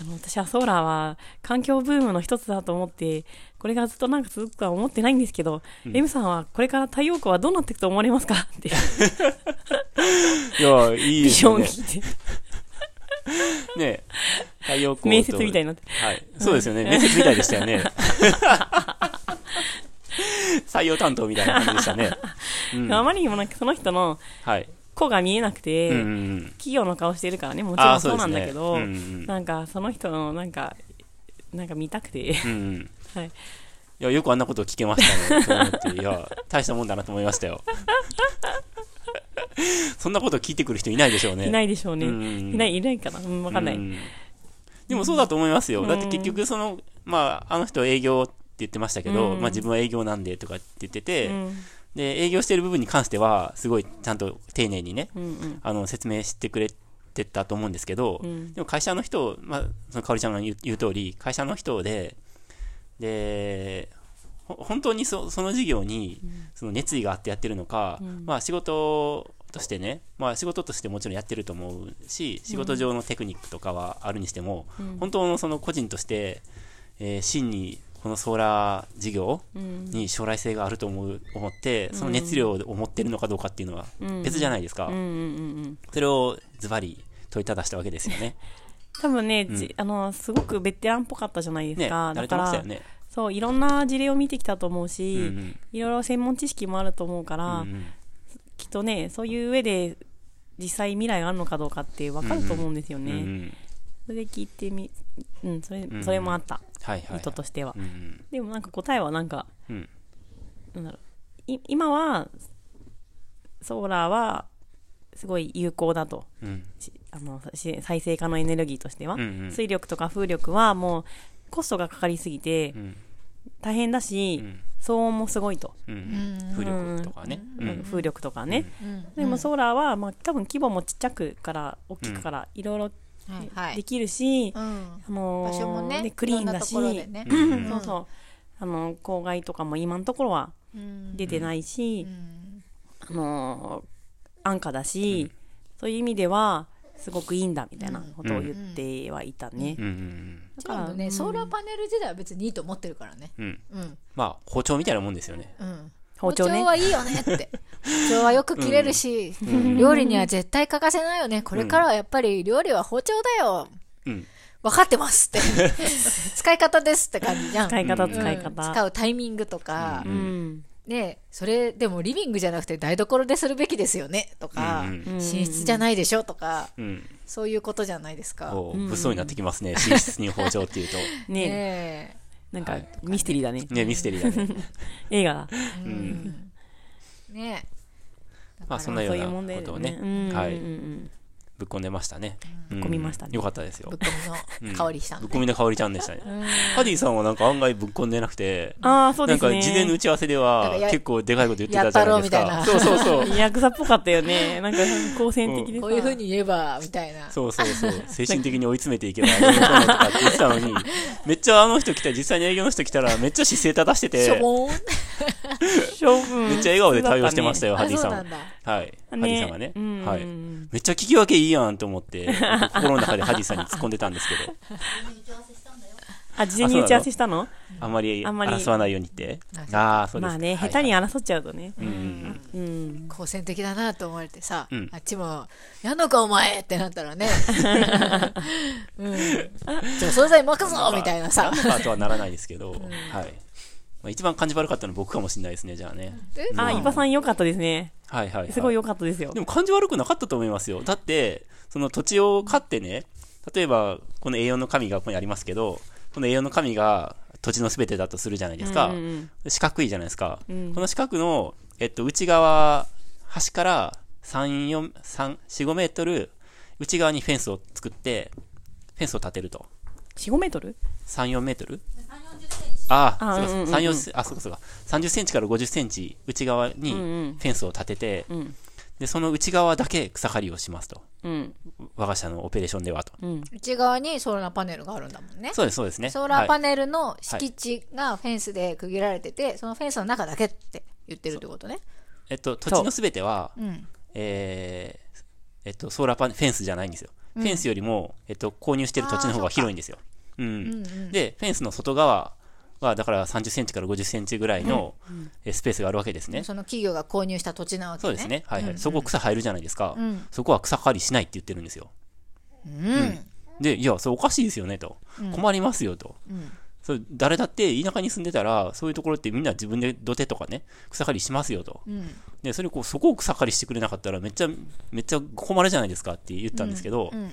Speaker 1: あの私はソーラーは環境ブームの一つだと思ってこれがずっとなんか続くとは思ってないんですけど、M さんはこれから太陽光はどうなっていくと思われますかって
Speaker 3: いや、いい
Speaker 1: ビ
Speaker 3: です
Speaker 1: ジョン
Speaker 3: よ
Speaker 1: を
Speaker 3: ね。
Speaker 1: 聞いて、
Speaker 3: ね太陽光と。
Speaker 1: 面接みたいになって
Speaker 3: はい。そうですよね。面接みたいでしたよね。 <laughs> 採用担当みたいな感じでしたね。うん
Speaker 1: あまりにもなんかその人の
Speaker 3: はい。
Speaker 1: 子が見えなくて、
Speaker 3: うんうん
Speaker 1: 企業の顔してるからねも
Speaker 3: うん。
Speaker 1: ちろ
Speaker 3: あ
Speaker 1: ん
Speaker 3: ー
Speaker 1: そう
Speaker 3: で
Speaker 1: な
Speaker 3: す
Speaker 1: んだ
Speaker 3: ね
Speaker 1: けど、
Speaker 3: うんうん
Speaker 1: なんかその人のなんかなんか見たくて、 <laughs>
Speaker 3: うんうん。
Speaker 1: はい、
Speaker 3: いや、よくあんなこと聞けましたね。そう思ってい <laughs> や、大したもんだなと思いましたよ。そんなこと聞いてくる人いないでしょうね。
Speaker 1: いないでしょうね、
Speaker 3: うん
Speaker 1: いないいないかな、うん、わかんない、
Speaker 3: うんでもそうだと思いますよ。
Speaker 1: うん
Speaker 3: だって結局、その、まあ、あの人営業って言ってましたけど、
Speaker 1: うん
Speaker 3: まあ自分は営業なんでとかって言ってて、
Speaker 1: うん
Speaker 3: で、営業してる部分に関しては、すごいちゃんと丁寧にね、
Speaker 1: うんうん
Speaker 3: あの、説明してくれてたと思うんですけど、
Speaker 1: うん
Speaker 3: でも会社の人、まあ、そのかおりちゃんが言う言う通り、会社の人で、で、ほ本当にそその事業にその熱意があってやってるのか、まあ、仕事としてね、まあ、仕事としてもちろんやってると思うし仕事上のテクニックとかはあるにしても、本当のその個人として、えー真にこのソーラー事業に将来性があると思う思ってその熱量を持ってるのかどうかっていうのは別じゃないですか、
Speaker 1: うんうんうんうん
Speaker 3: それをズバリ問いただしたわけですよね。
Speaker 1: 多分ね、じあのすごくベテランっぽかったじゃないです
Speaker 3: ね
Speaker 1: か、
Speaker 3: 慣
Speaker 1: だ
Speaker 3: れ
Speaker 1: か
Speaker 3: てました
Speaker 1: ら、
Speaker 3: よね。
Speaker 1: そういろんな事例を見てきたと思うし、
Speaker 3: うんうん
Speaker 1: いろいろ専門知識もあると思うから、
Speaker 3: うんうん
Speaker 1: きっとねそういう上で実際未来があるのかどうかって分かると思うんですよね、
Speaker 3: うんうん
Speaker 1: それで聞いてみうんそれ,、
Speaker 3: ん
Speaker 1: それもあった
Speaker 3: はいはいはい、
Speaker 1: 人としては、
Speaker 3: うんうん
Speaker 1: でもなんか答えはなんか
Speaker 3: うん
Speaker 1: なんだろうい今はソーラーはすごい有効だと
Speaker 3: うん
Speaker 1: しあのし再生可能エネルギーとしては、
Speaker 3: うんうん
Speaker 1: 水力とか風力はもうコストがかかりすぎて
Speaker 3: うん
Speaker 1: 大変だし、
Speaker 3: うん
Speaker 1: 騒音もすごいと、
Speaker 3: うん風力とかね、うん
Speaker 1: 風力とかね、
Speaker 2: うん
Speaker 1: でもソーラーは、まあ、多分規模もちっちゃくから大きくからいろいろ
Speaker 2: はいは
Speaker 1: で
Speaker 2: い、
Speaker 1: きるし、
Speaker 2: うん、
Speaker 1: あのー
Speaker 2: 場所もね
Speaker 1: でクリーンだ
Speaker 2: い
Speaker 1: し
Speaker 2: ろんなところでね
Speaker 3: うん
Speaker 1: うんそうそうあの公害とかも今のところは
Speaker 2: うん
Speaker 1: 出てないし
Speaker 2: う、
Speaker 1: あ
Speaker 2: ん
Speaker 1: のー安価だし、そういう意味ではすごくいいんだみたいなことを言ってはいたね。
Speaker 3: うんうん
Speaker 2: しかもね、
Speaker 1: うん
Speaker 2: ソーラーパネル自体は別にいいと思ってるからね
Speaker 3: うんうん
Speaker 2: うん
Speaker 3: まあ包丁みたいなもんですよね。
Speaker 2: うん
Speaker 1: 包丁ね
Speaker 2: はいいよねって
Speaker 1: <laughs>
Speaker 2: 包丁はよく切れるし、料理には絶対欠かせないよねこれからはやっぱり料理は包丁だよ
Speaker 3: うん
Speaker 2: 分かってますって
Speaker 3: <laughs>
Speaker 2: 使い方ですって感じじゃん
Speaker 1: 使い方
Speaker 3: うん
Speaker 1: 使い
Speaker 2: うん
Speaker 1: 方。
Speaker 2: 使うタイミングとか、
Speaker 1: うん
Speaker 2: ねそれでもリビングじゃなくて台所でするべきですよねとか、
Speaker 3: うん
Speaker 1: うん
Speaker 2: 寝室じゃないでしょとか、
Speaker 3: うん。
Speaker 2: そういうことじゃないですか。
Speaker 3: こう物騒になってきますね。寝室に包丁っていうと
Speaker 1: ね
Speaker 2: ね
Speaker 1: なんか
Speaker 3: はい
Speaker 1: ミステリーだね。
Speaker 3: ねミステリーだね。
Speaker 1: 映画だ。
Speaker 2: え、うんねえ
Speaker 3: まあそんなよ
Speaker 1: そううい
Speaker 3: な
Speaker 1: う問題
Speaker 3: こ
Speaker 1: だ
Speaker 3: と
Speaker 1: よ
Speaker 3: を
Speaker 1: ね。
Speaker 3: ね
Speaker 1: うんうんう、ん
Speaker 3: はいぶっこんでましたね。ぶっ
Speaker 1: 込みましたね
Speaker 3: よかったですよ
Speaker 2: ぶっ。込みの香りした
Speaker 3: ぶ
Speaker 2: の
Speaker 3: っこみの香りちゃんでしたね。ハディさんはなんか案外ぶっこんでなくて。
Speaker 1: ああ、そう
Speaker 3: な
Speaker 1: で
Speaker 3: ん
Speaker 1: す
Speaker 3: か
Speaker 1: ね。
Speaker 3: 事前の打ち合わせで
Speaker 2: なん
Speaker 3: は
Speaker 2: かや
Speaker 3: 結構でかいこと言ってたじゃないです
Speaker 2: や
Speaker 3: か。
Speaker 2: った
Speaker 3: そうそうそう。
Speaker 1: 役者っぽかったよね。なんか、好戦的でさ
Speaker 2: こういうふうに言えばみたいな。
Speaker 3: そうそうそう。精神的に追い詰めていけば、どうのこうのとかって言ってたのに、めっちゃあの人来た、実際に営業の人来たら、めっちゃ姿勢正して、
Speaker 2: してょぼーん。
Speaker 1: 処分。
Speaker 3: めっちゃ笑顔で対応してましたよ、ハ
Speaker 2: あ、
Speaker 3: ディ
Speaker 2: そう
Speaker 3: さん
Speaker 2: な
Speaker 3: は
Speaker 2: ん。だ。
Speaker 3: はい。ハディさんがね。
Speaker 1: うん
Speaker 3: はい。めっちゃ聞き分けいいやんと思って、心の中でハディさんに突っ込んでたんですけど、
Speaker 1: あ、事前に打ち合わせしたの
Speaker 3: あんまり
Speaker 1: あんまり
Speaker 3: 争わないようにって。ああ、そうです
Speaker 1: まあね、
Speaker 3: はい
Speaker 1: 下手に争っちゃうとね。
Speaker 3: うん
Speaker 1: うん。
Speaker 2: 好戦的だなと思われてさ、
Speaker 3: うん
Speaker 2: あっちも、やんのかお前ってなったら
Speaker 3: <laughs>
Speaker 2: ね。うん。除草剤巻くぞみたいなさ
Speaker 3: ん。かとはならないですけど、はい。まあ一番感じ悪かったのは僕かもしれないですね、じゃあね。
Speaker 2: え
Speaker 1: あ、伊庭さん良かったですね。
Speaker 3: はいはいはい。
Speaker 1: すごい良かったですよ
Speaker 3: で。も感じ悪くなかったと思いますよ。だって、その土地を買ってね、例えば、この A4 の紙がここにありますけど、この A4 の紙が土地の全てだとするじゃないですか。
Speaker 1: うんうん
Speaker 3: 四角いじゃないですか。
Speaker 1: ん
Speaker 3: この四角の、えっと、内側、端から3、4、3、4、5メートル、内側にフェンスを作って、フェンスを立てると。
Speaker 1: 4、5メートル
Speaker 3: 3、4メートルあ
Speaker 1: あ
Speaker 3: あ、そう
Speaker 1: うんうんうん
Speaker 3: か、三四あ、そうか、そうか。30センチから50センチ内側に
Speaker 1: うんう
Speaker 3: フ
Speaker 1: ん
Speaker 3: ェンスを立てて、
Speaker 1: ん
Speaker 3: で、その内側だけ草刈りをしますと。
Speaker 1: うん。
Speaker 3: 我が社のオペレーションではと。
Speaker 1: うん。
Speaker 2: 内側にソーラーパネルがあるんだもんね。
Speaker 3: そうです、そうですね。
Speaker 2: ソーラーパ
Speaker 3: ネ
Speaker 2: ネルの敷地がフェンスで区切られてて、そのフェンスの中だけって言ってるってことね。
Speaker 3: えっと、土地のすべては、
Speaker 2: うん。
Speaker 3: えーえっと、ソーラーパネル、フェンスじゃないんですよ。フェンスよりも、えっと、購入してる土地の方が広いんですよ。うん、で、フェンスの外側は、だから30センチから50センチぐらいの、えスペースがあるわけですね。
Speaker 2: その企業が購入した土地なわけね。
Speaker 3: そうですね。はいはい。そこ草生えるじゃないですか、
Speaker 2: ん
Speaker 3: そこは草刈りしないって言ってるんですよ。
Speaker 2: うん。
Speaker 3: で、いや、それおかしいですよねと。困りますよと。
Speaker 2: ん
Speaker 3: それ誰だって田舎に住んでたら、そういうところってみんな自分で土手とかね、草刈りしますよと。
Speaker 2: うん。
Speaker 3: で、それこう、そこを草刈りしてくれなかったら、めっちゃ、めっちゃ困るじゃないですかって言ったんですけど、
Speaker 2: うん。うん。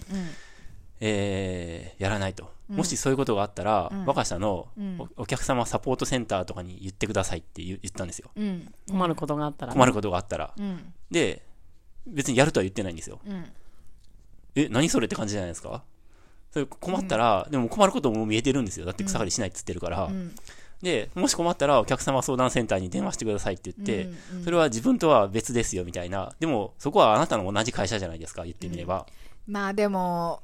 Speaker 3: えーやらないと。もしそういうことがあったら、若社のおお客様サポートセンターとかに言ってくださいって言言ったんですよ。
Speaker 2: うん。
Speaker 1: 困ることがあったら。
Speaker 3: 困ることがあったら。
Speaker 2: うん。
Speaker 3: で、別にやるとは言ってないんですよ。
Speaker 2: うん。
Speaker 3: え、何それって感じじゃないですかそれ困ったら、でも困ることも見えてるんですよ。だって草刈りしないって言ってるから。
Speaker 2: ん
Speaker 3: で、もし困ったらお客様相談センターに電話してくださいって言って、それは自分とは別ですよみたいな。でも、そこはあなたの同じ会社じゃないですか、言ってみれば。
Speaker 2: まあでも、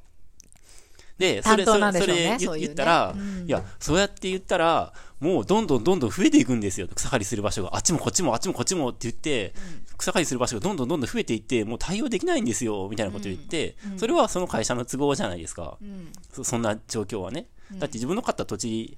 Speaker 3: で、そ
Speaker 2: 担
Speaker 3: れ、そ
Speaker 2: 当なん
Speaker 3: れ、
Speaker 2: でしょ
Speaker 3: そう
Speaker 2: ね
Speaker 3: れ
Speaker 2: そういう
Speaker 3: 言
Speaker 2: ね
Speaker 3: 言ったら、いや、そうやって言ったら、もうどんどんどんどん増えていくんですよ。草刈りする場所が。あっちもこっちもあっちもこっちもって言って、草刈りする場所がどんどんどんどん増えていって、もう対応できないんですよ、みたいなこと言って、それはその会社の都合じゃないですか。
Speaker 2: うん
Speaker 3: そそんな状況はね。だって自分の買った土地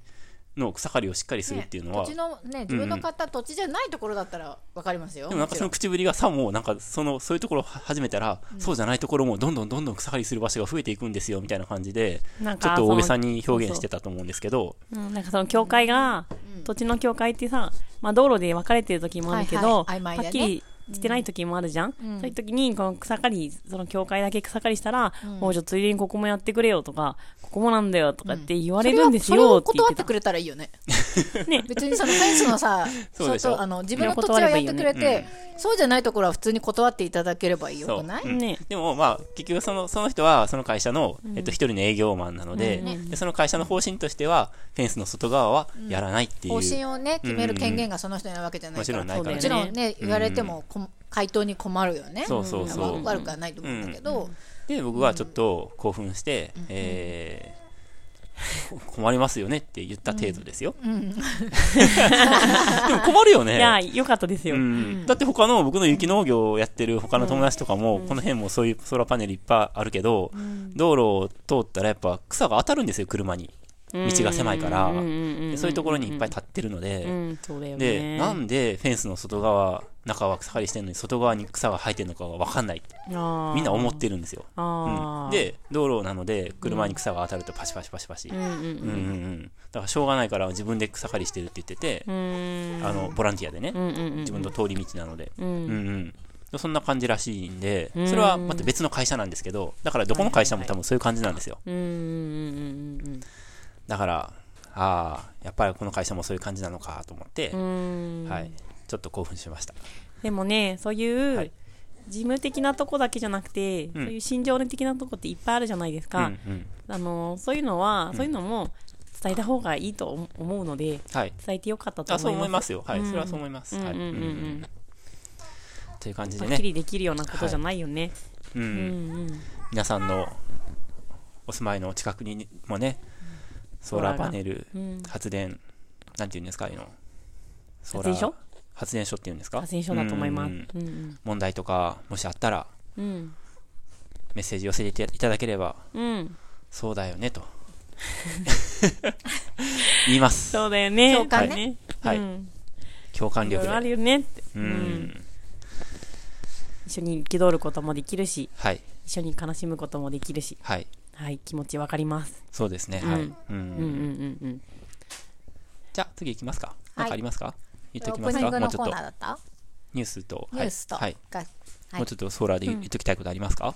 Speaker 3: の草刈りをしっかりするっていうのは、
Speaker 2: ね土地のね自分の買った土地じゃないところだったらわかりますよ
Speaker 3: でもなんかその口ぶりがさもうなんかそのそういうところを <laughs> 始めたら、そうじゃないところもどんどんどんどん草刈りする場所が増えていくんですよみたいな感じで
Speaker 1: なん
Speaker 3: ち
Speaker 1: か
Speaker 3: ょっと大げさに
Speaker 1: その
Speaker 3: 表現してたと思うんですけど
Speaker 1: うん、なんかその教会が、土地の教会ってさ、まあ、道路で分かれてる時もあるけど、
Speaker 2: はいはい曖昧だ
Speaker 1: は
Speaker 2: ね
Speaker 1: っきりしてない時もあるじゃん、そういう時にこの草刈りその教会だけ草刈りしたら、もうちょっとついでにここもやってくれよとかここもなんだよとかって言わ
Speaker 2: そ
Speaker 1: れ
Speaker 2: れ
Speaker 1: る
Speaker 2: は
Speaker 1: んです
Speaker 2: それ
Speaker 1: よ
Speaker 2: を
Speaker 1: って言
Speaker 2: 断
Speaker 1: っ
Speaker 2: ってて
Speaker 1: た
Speaker 2: くれたらいいよね
Speaker 1: <laughs> ね
Speaker 2: 別にそのフェンスのさ
Speaker 3: <laughs> そうでしょ
Speaker 2: 外あの自分の土地をやってくれて
Speaker 3: いや断ればいいよ
Speaker 2: そうじゃないところは普通に断っていただければいいよくない、
Speaker 3: うん
Speaker 1: ね
Speaker 3: でもまあ結局そのその人はその会社の、えっと、一人の営業マンなので,、でその会社の方針としてはフェンスの外側はやらないっていう、
Speaker 2: 方針をね決める権限がその人にあるわけじゃないから、
Speaker 3: うんうんうん
Speaker 2: も
Speaker 1: も
Speaker 2: ち
Speaker 1: ち
Speaker 2: ろ
Speaker 1: ろ
Speaker 2: ん
Speaker 1: ん
Speaker 2: ね言われてもこ、回答に困るよね
Speaker 3: そうそうそう
Speaker 2: まあ悪くはないと思うんだけど、
Speaker 3: で僕はちょっと興奮して、え
Speaker 1: <laughs>
Speaker 3: ーこ困りますよねって言った程度 <laughs> ですよ、でも困るよね
Speaker 1: いや良かったですよ、
Speaker 3: うん、だって他の僕の雪農業をやってる他の友達とかも、この辺もそういうソーラーパネルいっぱいあるけど、道路を通ったらやっぱ草が当たるんですよ車に道が狭いから、
Speaker 1: うんうんうんうん
Speaker 3: でそういうところにいっぱい立ってるので、
Speaker 1: うんそうだよね
Speaker 3: でなんでフェンスの外側中は草刈りしてるのに外側に草が生えてるのかが分かんないってみんな思ってるんですよ、
Speaker 1: あー
Speaker 3: うん、で道路なので車に草が当たるとパシパシパシパシ、うん
Speaker 1: う
Speaker 3: うん
Speaker 1: うん
Speaker 3: うんだからしょうがないから自分で草刈りしてるって言ってて、
Speaker 1: うん
Speaker 3: あのボランティアでね、
Speaker 1: うんうんうん
Speaker 3: 自分の通り道なので、
Speaker 1: うん
Speaker 3: うんうんそんな感じらしいんで、それはまた別の会社なんですけど、だからどこの会社も多分そういう感じなんですよ。
Speaker 1: うんうんうん
Speaker 3: だから、ああ、やっぱりこの会社もそういう感じなのかと思って、
Speaker 1: うんうん
Speaker 3: はい、ちょっと興奮しました。
Speaker 1: でもねそういう、
Speaker 3: はい
Speaker 1: 事務的なとこだけじゃなくて、
Speaker 3: うん
Speaker 1: そういう心情的なとこっていっぱいあるじゃないです
Speaker 3: うんう
Speaker 1: か、
Speaker 3: ん、
Speaker 1: あのそういうのは、そういうのも伝えた方がいいと思思うので
Speaker 3: はい。
Speaker 1: 伝えてよかったと
Speaker 3: あそう
Speaker 1: 思
Speaker 3: 思
Speaker 1: い
Speaker 3: い
Speaker 1: ま
Speaker 3: ますすよ。はい、
Speaker 1: うん
Speaker 3: それはそう思います。はい。
Speaker 1: うんうんうんうん
Speaker 3: という感じで
Speaker 1: はっき
Speaker 3: ね、
Speaker 1: りできるようなことじゃないよね、
Speaker 3: うん
Speaker 1: うんうん
Speaker 3: 皆さんのお住まいのお近くにもね、ソーラーパネル、
Speaker 1: うん
Speaker 3: 発電、なんていうんですか、ああいうのソー
Speaker 1: 発
Speaker 3: ラー
Speaker 1: 電所
Speaker 3: 発電所っていうんですか
Speaker 1: 発電所だと思います
Speaker 3: うんうん
Speaker 1: うん
Speaker 3: 問題とかもしあったら
Speaker 1: うん
Speaker 3: メッセージ寄せていただければ
Speaker 1: うん
Speaker 3: そうだよねと言います
Speaker 1: そうだよね
Speaker 2: 共感
Speaker 3: ね
Speaker 1: は
Speaker 3: はいい
Speaker 1: うん、
Speaker 3: 共感
Speaker 1: いろ
Speaker 3: 力
Speaker 1: いろあ
Speaker 3: で
Speaker 1: るよねって
Speaker 3: う
Speaker 1: うん
Speaker 3: ん
Speaker 1: 一緒に憤ることもできるし
Speaker 3: はい
Speaker 1: 一緒に悲しむこともできるし
Speaker 3: はい
Speaker 1: はい気持ちわかります
Speaker 3: そうですね
Speaker 1: うん
Speaker 3: はいう
Speaker 1: う
Speaker 3: ん
Speaker 1: んうんうんうん
Speaker 3: じゃあ次行きますか
Speaker 2: い
Speaker 3: 何かありますか言っ
Speaker 2: オ
Speaker 3: ときま
Speaker 2: ープ
Speaker 3: す
Speaker 2: ニン
Speaker 3: か
Speaker 2: グ
Speaker 3: も
Speaker 2: の
Speaker 3: うち
Speaker 2: コ
Speaker 3: ょっ
Speaker 2: ー
Speaker 3: と
Speaker 2: ナーだった
Speaker 3: ニュースと
Speaker 2: ニュースと
Speaker 3: はい
Speaker 2: がはい
Speaker 3: もうちょっとソーラーで言っときたいことありますか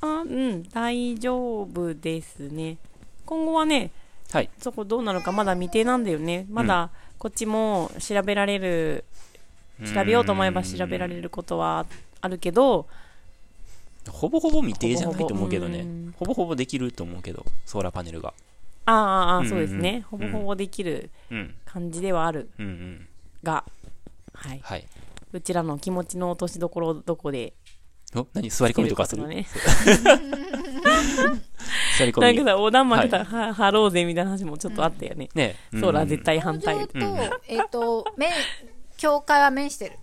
Speaker 1: あうん大丈夫ですね今後はね
Speaker 3: はい
Speaker 1: そこどうなるかまだ未定なんだよねまだこっちも調べられる調べようと思えば調べられることはあるけど
Speaker 3: ほぼほぼ未定じゃないと思うけど
Speaker 1: ほぼほぼう
Speaker 3: ねほぼほぼできると思うけどソーラーパネルが
Speaker 1: ああああ
Speaker 3: うんうん
Speaker 1: そうですね
Speaker 3: う
Speaker 1: ほ
Speaker 3: ん
Speaker 1: ぼほぼできる
Speaker 3: うん
Speaker 1: 感じではある
Speaker 3: うんうん
Speaker 1: がはい
Speaker 3: はいう
Speaker 1: ちらの気持ちの落としどころをどこで
Speaker 3: お何座り込みとかする
Speaker 1: つけるかと
Speaker 3: 座り込み
Speaker 1: なんかさ横断幕たは張ろうぜみたいな話もちょっとあったよね
Speaker 3: ね
Speaker 1: ソーラー
Speaker 3: で
Speaker 1: 絶対
Speaker 2: 工
Speaker 1: 反対
Speaker 2: 場と、えっ、と面教会は面してる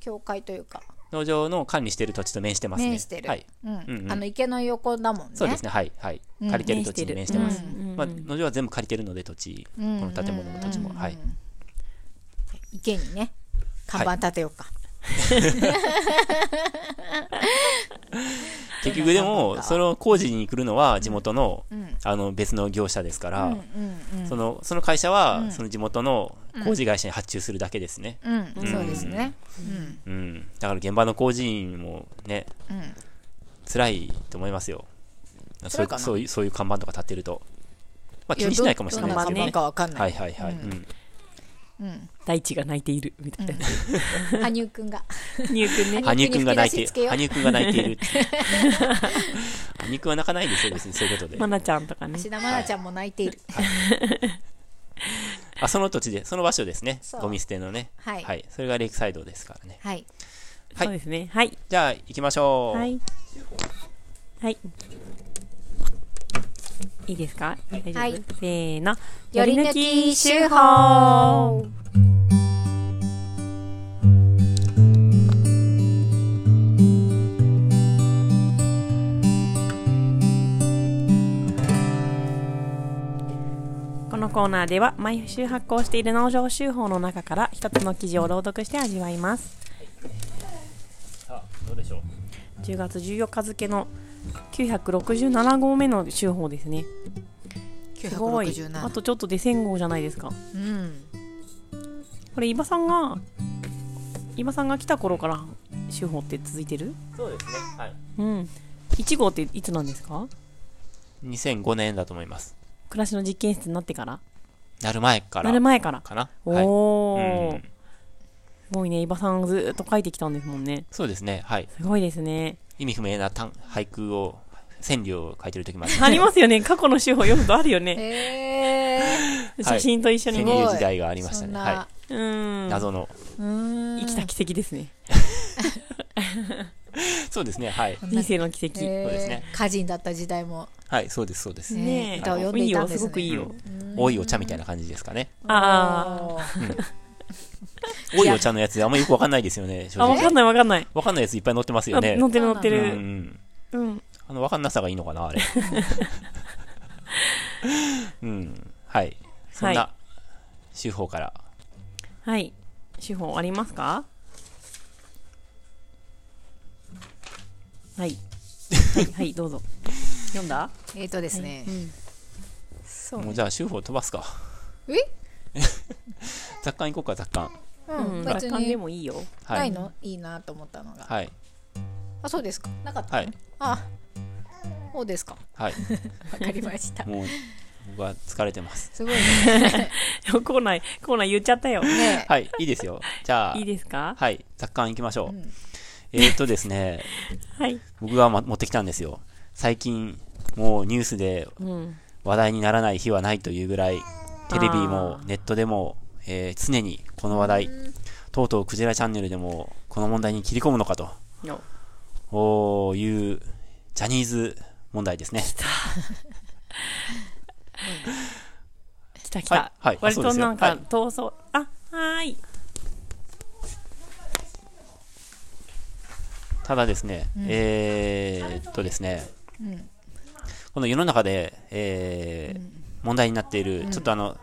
Speaker 2: 教会というか
Speaker 3: 農場の管理してる土地と面してますね
Speaker 2: 面してる、
Speaker 3: はい
Speaker 2: うん
Speaker 3: んうん
Speaker 2: あの池の横だもんね
Speaker 3: そうですねはいはい
Speaker 2: ん
Speaker 3: 借りてる土地に面してます
Speaker 1: 面してるうん
Speaker 3: まあ農場は全部借りてるので土地こ
Speaker 2: ん
Speaker 3: の建物の土地もはい
Speaker 2: 池にね看板立てようか、 <laughs>
Speaker 3: <laughs> 結局で
Speaker 2: <laughs>
Speaker 3: もその工事に来るのは地元のあの別の業者ですからそのその会社はその地元の工事会社に発注するだけですね
Speaker 2: うんそうですねうん
Speaker 3: うんだから現場の工事員もね
Speaker 2: うん
Speaker 3: 辛いと思いますよそ
Speaker 2: 辛
Speaker 3: うい
Speaker 2: いか
Speaker 3: う
Speaker 2: な
Speaker 3: そういうそういう看板とか立ってるとまあ気にしないかもしれないですけど
Speaker 2: やどんな看板
Speaker 3: ね
Speaker 2: かわかんな
Speaker 3: はい
Speaker 2: い、
Speaker 3: はいはいうん
Speaker 1: 大地が泣いているみたいな
Speaker 2: 羽生くんが
Speaker 1: ニュー君ね
Speaker 3: 羽生くんが泣い、
Speaker 2: に吹き出してつけよう
Speaker 3: 羽生くんが泣いているって。
Speaker 2: <laughs>
Speaker 3: 羽生くんは泣かないんですよ、別にそういうことで
Speaker 1: ま。なちゃんとかね
Speaker 2: 芦田愛菜ちゃんも泣いている、
Speaker 3: あ、その土地で、その場所ですね
Speaker 2: そう。
Speaker 3: ゴミ捨てのね。
Speaker 2: はい
Speaker 3: それがレイクサイドですからね。
Speaker 2: はい、
Speaker 3: はい
Speaker 1: そうですねはい
Speaker 3: じゃあ、行きましょう。
Speaker 1: はい。はい。いいですか大丈夫、
Speaker 2: はい
Speaker 1: せーの。
Speaker 2: より抜き手法
Speaker 1: このコーナーでは毎週発行している農場手法の中から一つの記事を朗読して味わいます
Speaker 3: さあどうでしょう
Speaker 1: 10月14日付の967号目の手法ですねすごい
Speaker 2: 967
Speaker 1: あとちょっとで1000号じゃないですか
Speaker 2: うん
Speaker 1: これ伊庭さんが伊庭さんが来た頃から手法って続いてる
Speaker 3: そうですねはい
Speaker 1: うん1号っていつなんですか
Speaker 3: 2005年だと思います
Speaker 1: 暮らしの実験室になってから
Speaker 3: なる前から
Speaker 1: なる前から
Speaker 3: かな
Speaker 1: お
Speaker 3: はい
Speaker 1: おー、
Speaker 3: うん
Speaker 1: すごいね伊庭さんずーっと書いてきたんですもんね
Speaker 3: そうですねはい
Speaker 1: すごいですね
Speaker 3: 意味不明な単俳句を川柳を書いてる時もあります
Speaker 1: ありますよ <laughs> ね過去の手法読むとあるよね
Speaker 2: へえ
Speaker 1: <laughs> 写真と一緒
Speaker 3: 川
Speaker 1: に
Speaker 2: ね
Speaker 1: ね、
Speaker 3: 柳時代がありましたねは
Speaker 1: う
Speaker 3: い
Speaker 1: ん
Speaker 3: 謎の
Speaker 2: 生
Speaker 1: 生きた奇跡ですね
Speaker 3: そうですねはい
Speaker 1: 人生の奇跡ね
Speaker 3: そうですね
Speaker 2: 歌人だった時代も
Speaker 3: はいそうですそうです
Speaker 2: ね
Speaker 1: え
Speaker 2: 歌を読んで
Speaker 1: いい
Speaker 2: いたん
Speaker 1: よ
Speaker 2: ですね
Speaker 1: すごくいいよ
Speaker 3: 多いお茶みたいな感じですかね
Speaker 1: あ
Speaker 2: お
Speaker 3: <laughs>
Speaker 2: ー
Speaker 3: 多いお茶のやつあんまよくわかんないですよね正
Speaker 1: あわ
Speaker 3: 直
Speaker 1: かんないわかんない
Speaker 3: わかんないやついっぱい載ってますよ
Speaker 1: あ
Speaker 3: ね
Speaker 1: 乗ってる乗って
Speaker 3: うんう
Speaker 1: る
Speaker 3: ん
Speaker 1: うん
Speaker 3: あのわかんなさがいいのかなあれうんはいそん
Speaker 1: は
Speaker 3: な手法から
Speaker 1: はい手法ありますかはいはいはいどうぞ読んだ
Speaker 2: えっとですねそう
Speaker 3: もうじゃあ手法飛ばすか
Speaker 2: え
Speaker 3: 雑感いこうか雑感
Speaker 2: うん
Speaker 1: 楽
Speaker 2: 別
Speaker 1: 観で
Speaker 2: に
Speaker 1: もいいよ <laughs>
Speaker 3: は
Speaker 2: ない
Speaker 3: い
Speaker 2: のいいなと思ったのが
Speaker 3: はい
Speaker 2: あそうですかなかった
Speaker 3: はい
Speaker 2: あそうですか
Speaker 3: はい
Speaker 2: わかりました
Speaker 3: もう僕は疲れてます
Speaker 2: すごいね
Speaker 3: <laughs>
Speaker 1: 校内校内言っちゃったよ
Speaker 2: ね
Speaker 3: はいいいですよじゃあ
Speaker 1: いいですか
Speaker 3: はい雑感いきましょう、
Speaker 2: うん
Speaker 3: えーっとですね <laughs>
Speaker 1: はい
Speaker 3: 僕が、ま、持ってきたんですよ最近もうニュースで
Speaker 1: うん
Speaker 3: 話題にならない日はないというぐらいテレビもネットでも、えー常にこの話題とうとうクジラチャンネルでもこの問題に切り込むのかと
Speaker 1: よ
Speaker 3: おーいうジャニーズ問題ですね
Speaker 1: 来た来た、
Speaker 3: はいはい
Speaker 1: 割となん
Speaker 3: あそ
Speaker 1: か
Speaker 3: うで
Speaker 1: 闘争あはーい
Speaker 3: ただですね、えーっとですね、
Speaker 2: ん
Speaker 3: この世の中で、えー問題になっている、ちょっとあの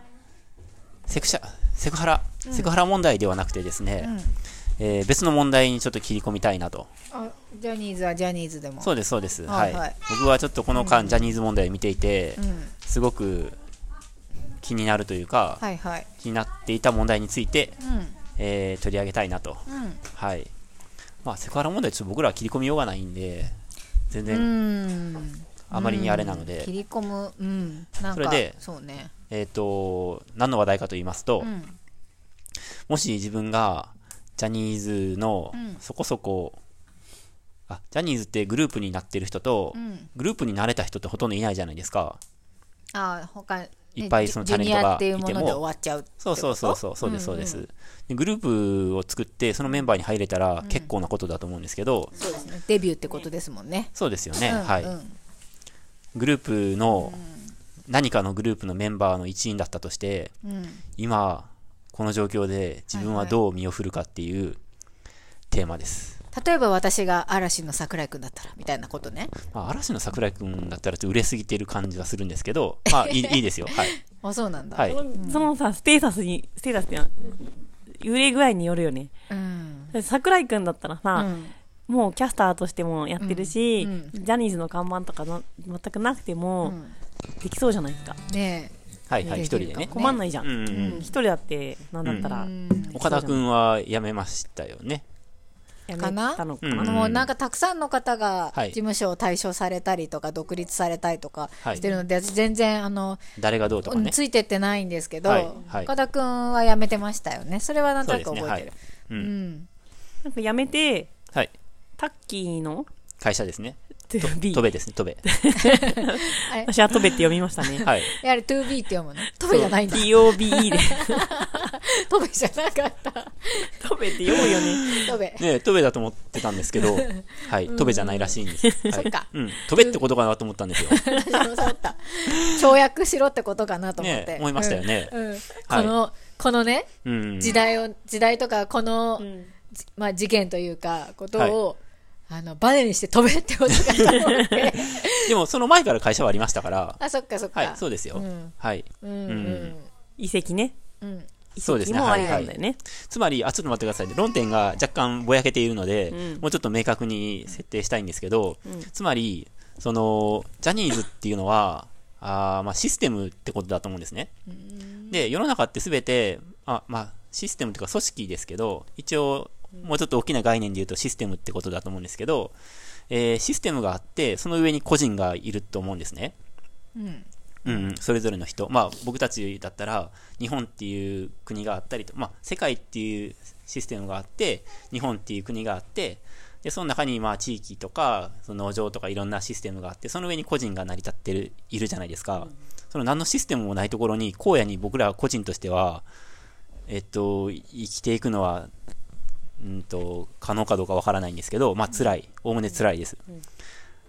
Speaker 3: セクシャセクハラ、セクハラ問題ではなくてですね、えー別の問題にちょっと切り込みたいなと
Speaker 2: あジャニーズはジャニーズでも
Speaker 3: そうですそうです、
Speaker 2: は
Speaker 3: はいい
Speaker 2: はい
Speaker 3: 僕はちょっとこの間、ジャニーズ問題を見ていて、
Speaker 2: うん
Speaker 3: すごく気になるというか、
Speaker 2: はいはい
Speaker 3: 気になっていた問題について、
Speaker 2: う
Speaker 3: えー取り上げたいなと、
Speaker 2: んうん
Speaker 3: はいまあ、セクハラ問題ちょっと僕らは切り込みようがないんで全
Speaker 2: う
Speaker 3: 然
Speaker 2: ん
Speaker 3: あまりにあれなので、
Speaker 2: 切り込むうんなん
Speaker 3: そ
Speaker 2: か
Speaker 3: れで
Speaker 2: そうね
Speaker 3: えっ、と何の話題かと言いますと、
Speaker 2: うん
Speaker 3: もし自分がジャニーズの
Speaker 2: うん
Speaker 3: そこそこ、あジャニーズってグループになってる人と、
Speaker 2: うん
Speaker 3: グループになれた人ってほとんどいないじゃないですか
Speaker 2: あ他ね
Speaker 3: いっぱいその
Speaker 2: ジュ
Speaker 3: タレン
Speaker 2: ニ
Speaker 3: トがいても
Speaker 2: アっていうもので終わっちゃうってこと
Speaker 3: そうそうそうそうそうですそうです、でグループを作ってそのメンバーに入れたら結構なことだと思うんですけど、
Speaker 2: そうですねデビューってことですもんね
Speaker 3: そうですよね、
Speaker 2: うん
Speaker 3: はい、
Speaker 2: うん
Speaker 3: グループの、何かのグループのメンバーの一員だったとして、
Speaker 2: うん
Speaker 3: 今、この状況で自分はどう身を振るかっていうテーマです。
Speaker 2: 例えば私が嵐の桜井くんだったらみたいなことね
Speaker 3: まあ、嵐の桜井くんだったらちょっと売れすぎてる感じはするんですけど、ま <laughs> あ、いいいいですよ。はい。
Speaker 2: あそうなんだ、
Speaker 3: は
Speaker 1: そ
Speaker 3: い。
Speaker 1: のそのさステータスにステータスっていうのは揺れ具合によるよね
Speaker 2: うん
Speaker 1: 桜井くんだったら
Speaker 2: う
Speaker 1: さ、
Speaker 2: ん
Speaker 1: もうキャスターとしてもやってるし、
Speaker 2: うんう
Speaker 1: ジャニーズの看板とかな全くなくて
Speaker 2: う
Speaker 1: も
Speaker 2: ん
Speaker 1: できそうじゃないですか、
Speaker 2: ね
Speaker 3: はい、はい、
Speaker 2: でき
Speaker 3: 一人
Speaker 2: る
Speaker 3: でね。
Speaker 1: 困んないじゃん、
Speaker 3: う
Speaker 1: うん
Speaker 3: うんうん
Speaker 1: 一人だってなんだったら
Speaker 2: えう
Speaker 1: や
Speaker 2: ん
Speaker 3: 岡田くんは辞めましたよね。
Speaker 1: めたのかな
Speaker 3: かなうん
Speaker 2: もうなんかたくさんの方が
Speaker 3: はい
Speaker 2: 事務所を退所されたりとか独立されたりとか
Speaker 3: はい
Speaker 2: してるので、私全然あの、
Speaker 3: 誰がどうとかね。
Speaker 2: ついてってないんですけど、
Speaker 3: はいはい
Speaker 2: 岡田くんは辞めてましたよねそれはなんとなく
Speaker 3: そうですね
Speaker 2: 覚えてるう,、
Speaker 3: はいうん
Speaker 2: ん
Speaker 1: なんかやめて
Speaker 3: はい。
Speaker 1: タッキーの
Speaker 3: 会社ですね。
Speaker 1: トゥービ
Speaker 3: と
Speaker 1: ー
Speaker 3: べですね、とべ。
Speaker 2: あれ
Speaker 1: 私
Speaker 3: <laughs>
Speaker 1: はトベって読みましたね
Speaker 3: はい。
Speaker 2: やはり 2B って読むの飛べじゃないんだ
Speaker 1: TOBE で
Speaker 2: <laughs> トベじゃなか
Speaker 3: <laughs>
Speaker 2: った。
Speaker 1: トベって読むよね。
Speaker 2: トベ。
Speaker 3: ねえ、トベだと思ってたんですけ <laughs> ど、はい、トベじゃないらしいんです。はい、
Speaker 2: そっか
Speaker 3: うん、トベってこと <laughs> かなと思ったんですよ。
Speaker 2: 私もそうだった。跳躍しろってことかなと思っ
Speaker 3: ね
Speaker 2: て。
Speaker 3: え、思いましたよね。
Speaker 2: うん。うんこの、このね、
Speaker 3: うん。
Speaker 2: 時代を、時代とか、この、
Speaker 1: ん
Speaker 2: じまあ事件というか、ことを、あの、バネにして飛べってことかと思
Speaker 3: <laughs>
Speaker 2: って。
Speaker 3: でも、その前から会社はありましたから、
Speaker 2: あ、そっかそっか。
Speaker 3: はい、そうですよ。
Speaker 2: うん
Speaker 3: はい。
Speaker 2: うんうん
Speaker 1: 遺跡ね。
Speaker 2: うん。
Speaker 1: 遺
Speaker 3: そうです
Speaker 1: 跡
Speaker 3: ね
Speaker 1: もありなんだよね。
Speaker 3: つまり、あ、ちょっと待ってくださいね。論点が若干ぼやけているので、
Speaker 1: うん
Speaker 3: もうちょっと明確に設定したいんですけど、
Speaker 1: うん
Speaker 3: つまり、その、ジャニーズっていうのは、あーまあ、システムってことだと思うんですね。で、世の中ってすべて、あ、まあ、システムというか組織ですけど、一応、もうちょっと大きな概念で言うとシステムってことだと思うんですけど、えーシステムがあって、その上に個人がいると思うんですね。
Speaker 2: うん。
Speaker 3: うんうん、それぞれの人、まあ、僕たちだったら日本っていう国があったりと、まあ、世界っていうシステムがあって日本っていう国があってでその中にまあ地域とかその農場とかいろんなシステムがあってその上に個人が成り立ってるいるじゃないですか、その何のシステムもないところに荒野に僕ら個人としては、えっと、生きていくのは、うん、と可能かどうかわからないんですけど、まあ辛いおおむね辛いです、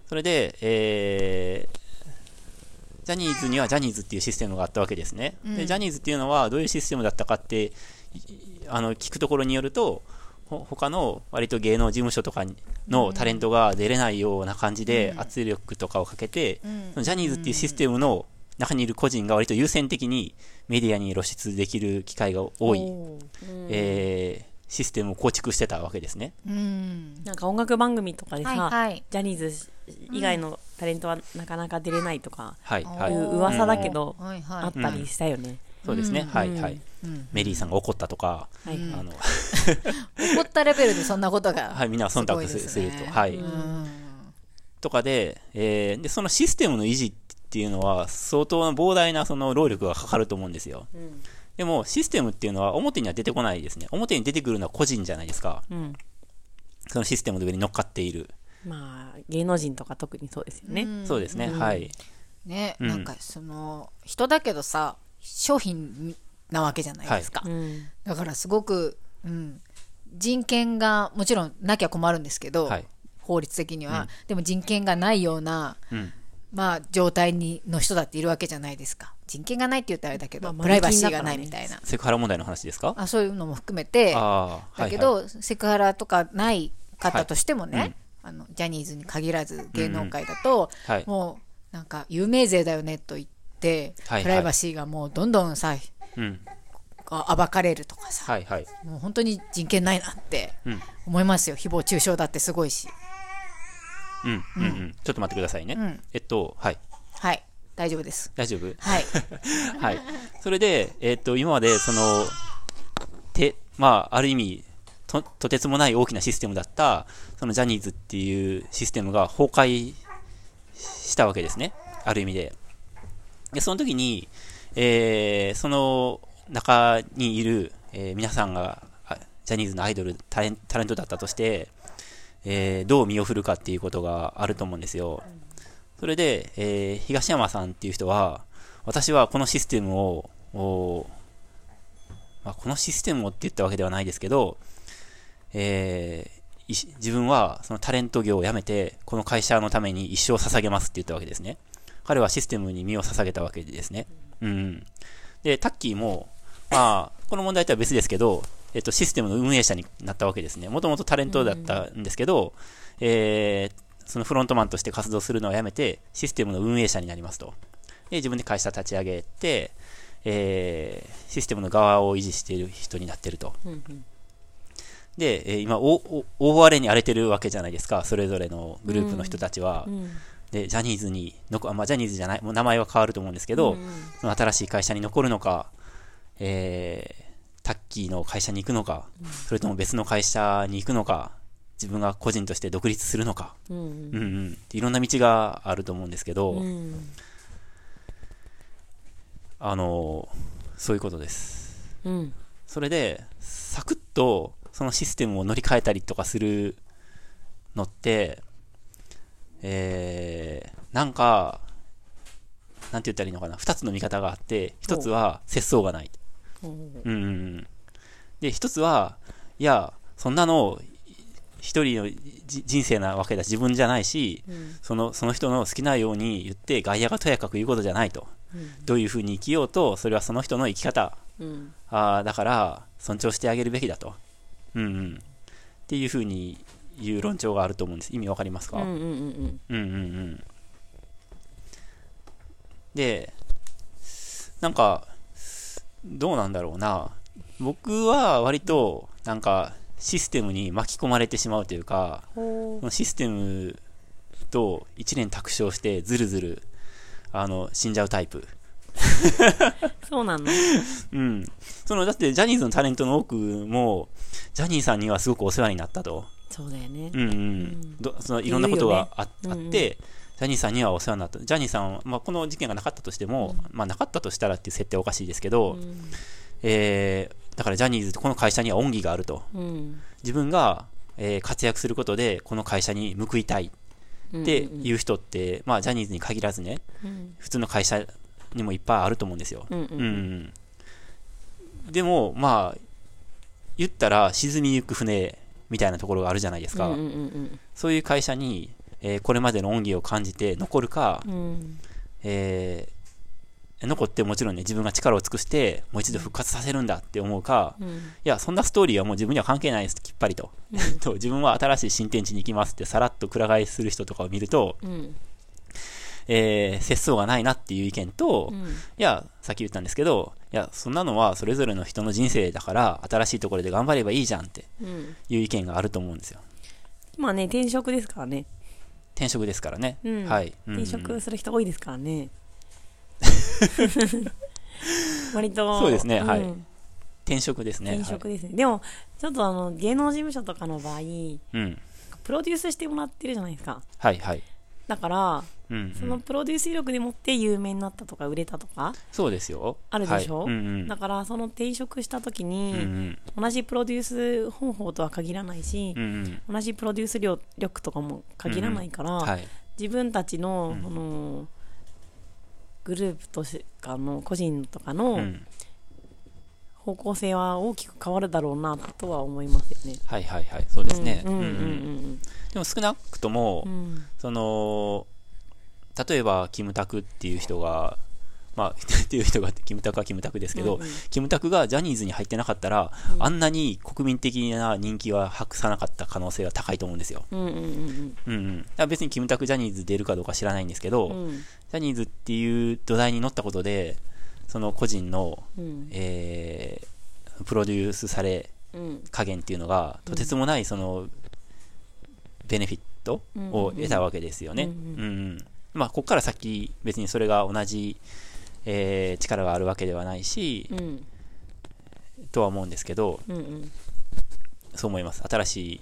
Speaker 3: それで、えー、ジャニーズにはジャニーズっていうシステムがあったわけですね。
Speaker 2: う
Speaker 3: で
Speaker 2: ん
Speaker 3: ジャニーズっていうのはどういうシステムだったかっていあの聞くところによるとほ他の割と芸能事務所とかにのタレントが出れないような感じで圧力とかをかけて、
Speaker 2: ん
Speaker 3: そのジャニーズっていうシステムの中にいる個人が割と優先的にメディアに露出できる機会が多い、えーシステムを構築してたわけですね。
Speaker 2: うん。
Speaker 1: なんか音楽番組とかでさ、
Speaker 2: はいはい
Speaker 1: ジャニーズ以外のタレントはなかなか出れないとか
Speaker 3: はい、はいい、
Speaker 1: う噂だけど、
Speaker 2: はいはい。
Speaker 1: あったりしたよね。
Speaker 3: そうですね、はいはい、
Speaker 2: うん
Speaker 3: メリーさんが怒ったとか、
Speaker 1: はいはい
Speaker 3: あの <laughs>
Speaker 2: 怒ったレベルでそんなことが。
Speaker 3: はい、みんなが忖
Speaker 2: すご
Speaker 3: 度
Speaker 2: い
Speaker 3: す
Speaker 2: です
Speaker 3: す
Speaker 2: ね
Speaker 3: ると。はい。
Speaker 2: うん
Speaker 3: とかで,、えーで、そのシステムの維持っていうのは、相当な膨大なその労力がかかると思うんですよ。でも、システムっていうのは表には出てこないですね。表に出てくるのは個人じゃないですか。
Speaker 1: うん
Speaker 3: そのシステムの上に乗っかっている。
Speaker 1: まあ芸能人とか特にそうですよね。
Speaker 3: そうですね、はい。
Speaker 2: ね、
Speaker 3: うん
Speaker 2: なんかその人だけどさ商品なわけじゃないですか、
Speaker 1: うん
Speaker 2: だからすごく、うん、人権がもちろんなきゃ困るんですけど、
Speaker 3: はい
Speaker 2: 法律的には、
Speaker 3: うん
Speaker 2: でも人権がないような、
Speaker 3: うん。
Speaker 2: まあ、状態にの人だっているわけじゃないですか人権がないって言ったらあれだけど、
Speaker 1: まあ
Speaker 2: プライバシー
Speaker 1: マネキ
Speaker 2: が
Speaker 1: ンだか
Speaker 2: な
Speaker 1: ら
Speaker 2: い
Speaker 1: ね
Speaker 2: みたいな、
Speaker 3: セクハラ問題の話ですか
Speaker 2: あそういうのも含めて
Speaker 3: ああ、
Speaker 2: だけ
Speaker 3: はい
Speaker 2: ど、
Speaker 3: はい。
Speaker 2: セクハラとかない方としてもね、
Speaker 3: はいうん
Speaker 2: あのジャニーズに限らず芸能界だと、
Speaker 3: うんはい
Speaker 2: もうなんか有名税だよねと言って、
Speaker 3: はいはい
Speaker 2: プライバシーがもうどんどんさ
Speaker 3: うん。
Speaker 2: 暴かれるとかさ、
Speaker 3: はいはい。
Speaker 2: もう本当に人権ないなって
Speaker 3: うん。
Speaker 2: 思いますよ誹謗中傷だってすごいし
Speaker 3: うん。うん。うん。ちょっと待ってくださいね。
Speaker 2: うん
Speaker 3: えっと、はい。
Speaker 2: はい大丈夫です
Speaker 3: 大丈夫 <laughs>
Speaker 2: はい
Speaker 3: はい。それで、えっと、今まで、その、て、まあ、ある意味、と、とてつもない大きなシステムだった、そのジャニーズっていうシステムが崩壊したわけですね。ある意味で。で、その時に、えーその中にいる、えー皆さんが、あジャニーズのアイドル、タレンタレントだったとして、えーどう身を振るかっていうことがあると思うんですよ。それで、えー東山さんっていう人は、私はこのシステムを、おーまあ、このシステムをって言ったわけではないですけど、えーいし自分はそのタレント業を辞めて、この会社のために一生捧げますって言ったわけですね。彼はシステムに身を捧げたわけですね。うん。で、タッキーも、まあ、この問題とは別ですけど、えっと、システムの運営者になったわけですね。もともとタレントだったんですけど、えーそのフロントマンとして活動するのをやめて、システムの運営者になりますと。で、自分で会社立ち上げて、えーシステムの側を維持している人になってると。
Speaker 1: うんうん
Speaker 3: で、えー今おお、大荒れに荒れてるわけじゃないですか、それぞれのグループの人たちは。
Speaker 1: うん
Speaker 3: で、ジャニーズに残、あまあ、ジャニーズじゃない、もう名前は変わると思うんですけど、
Speaker 1: うん
Speaker 3: その新しい会社に残るのか、えータッキーの会社に行くのか、それとも別の会社に行くのか、自分が個人として独立するのか、
Speaker 1: うん
Speaker 3: うんうん、いろんな道があると思うんですけど、
Speaker 1: うん
Speaker 3: あのそういうことです。
Speaker 1: うん
Speaker 3: それで、サクッとそのシステムを乗り換えたりとかするのって、えー、なんか、なんて言ったらいいのかな、二つの見方があって、一つは節操がない。
Speaker 1: うん
Speaker 3: うんうんうん。で、一つは、いや、そんなの、一人のじ人生なわけだし、自分じゃないし、
Speaker 1: うん
Speaker 3: そのその人の好きなように言って、外野がとやかく言うことじゃないと。
Speaker 1: うん
Speaker 3: どういうふうに生きようと、それはその人の生き方。
Speaker 1: うん
Speaker 3: あーだから、尊重してあげるべきだと。うんうん。っていうふうに言う論調があると思うんです。意味わかりますか、
Speaker 1: うんうんうん
Speaker 3: うんうんうんでなんかどうなんだろうな僕は割となんかシステムに巻き込まれてしまうというか
Speaker 1: ほ
Speaker 3: そのシステムと一年卓勝してずるずるあの死んじゃうタイプ
Speaker 1: うそうなの
Speaker 3: うんそのだってジャニーズのタレントの多くもジャニーさんにはすごくお世話になったと
Speaker 1: そうだよね
Speaker 3: うんうん
Speaker 1: ん
Speaker 3: どそのいろんなことがあ,、
Speaker 1: 言う
Speaker 3: あ
Speaker 1: よ
Speaker 3: っ
Speaker 1: ね
Speaker 3: て、ジャニーさんにはお世話になった、ジャニーさんは、まあ、この事件がなかったとしても、まあ、なかったとしたらっていう設定はおかしいですけど、
Speaker 1: うん
Speaker 3: えーだからジャニーズってこの会社には恩義があると、
Speaker 1: うん
Speaker 3: 自分が、えー活躍することで、この会社に報いたい
Speaker 1: うん
Speaker 3: っていう人って、まあ、ジャニーズに限らずね、
Speaker 1: うん
Speaker 3: 普通の会社にもいっぱいあると思うんですよ。
Speaker 1: うんう
Speaker 3: うん
Speaker 1: うん
Speaker 3: んでも、まあ、言ったら沈みゆく船みたいなところがあるじゃないですか。
Speaker 1: うんうん
Speaker 3: そういう会社に、えーこれまでの恩義を感じて残るか、
Speaker 1: うんうん
Speaker 3: えー残ってもちろんね、自分が力を尽くして、もう一度復活させるんだって思うか、
Speaker 1: うん
Speaker 3: いや、そんなストーリーはもう自分には関係ないです、きっぱりと。と自分は新しい新天地に行きますって、さらっとくら替えする人とかを見ると、
Speaker 1: うん
Speaker 3: えー、節操がないなっていう意見と、
Speaker 1: うん
Speaker 3: いや、さっき言ったんですけど、いや、そんなのはそれぞれの人の人生だから、新しいところで頑張ればいいじゃんって
Speaker 1: うん
Speaker 3: いう意見があると思うんですよ。
Speaker 1: 今ね転職ですからね
Speaker 3: 転職ですからね。
Speaker 1: うん
Speaker 3: はい。うんうん
Speaker 1: 転職する人多いですからね割と
Speaker 3: そうですね
Speaker 1: ん
Speaker 3: はい転職ですね。
Speaker 1: 転職ですね、でもちょっとあの芸能事務所とかの場合
Speaker 3: はい、うん。
Speaker 1: プロデュースしてもらってるじゃないですか
Speaker 3: はいはい。
Speaker 1: だから
Speaker 3: うん、うん
Speaker 1: そのプロデュース威力でもって有名になったとか売れたとか
Speaker 3: そうですよ。
Speaker 1: あるでしょ、
Speaker 3: はい、うんうん。
Speaker 1: だからその転職した時に、
Speaker 3: うんうん
Speaker 1: 同じプロデュース方法とは限らないし
Speaker 3: う、んうん
Speaker 1: 同じプロデュース量力とかも限らないから、
Speaker 3: はい。
Speaker 1: 自分たちの,、
Speaker 3: うん
Speaker 1: このグループとかの個人とかの
Speaker 3: うん。
Speaker 1: 方向性は大きく変わるだろうなとは思いますよね。
Speaker 3: はいはいはい。そうですね。
Speaker 1: う
Speaker 3: うんん
Speaker 1: う
Speaker 3: うんんでも少なくとも、
Speaker 1: うんうんうん
Speaker 3: その、例えば、キムタクっていう人が、まあ、 <laughs> っていう人が、キムタクはキムタクですけど、
Speaker 1: うんうん
Speaker 3: キムタクがジャニーズに入ってなかったら、あんなに国民的な人気は博さなかった可能性が高いと思うんですよ。
Speaker 1: うんうんうん
Speaker 3: うんうん。だから別にキムタクジャニーズ出るかどうか知らないんですけど、
Speaker 1: うん
Speaker 3: ジャニーズっていう土台に乗ったことで、その個人の
Speaker 1: うん
Speaker 3: えープロデュースされ
Speaker 1: うん
Speaker 3: 加減っていうのがとてつもないそのベネフィットを得たわけですよね。
Speaker 1: う
Speaker 3: うんん
Speaker 1: う
Speaker 3: まあここから先別にそれが同じ、えー力があるわけではないし、
Speaker 1: うん
Speaker 3: とは思うんですけど
Speaker 1: うんうん
Speaker 3: そう思います新しい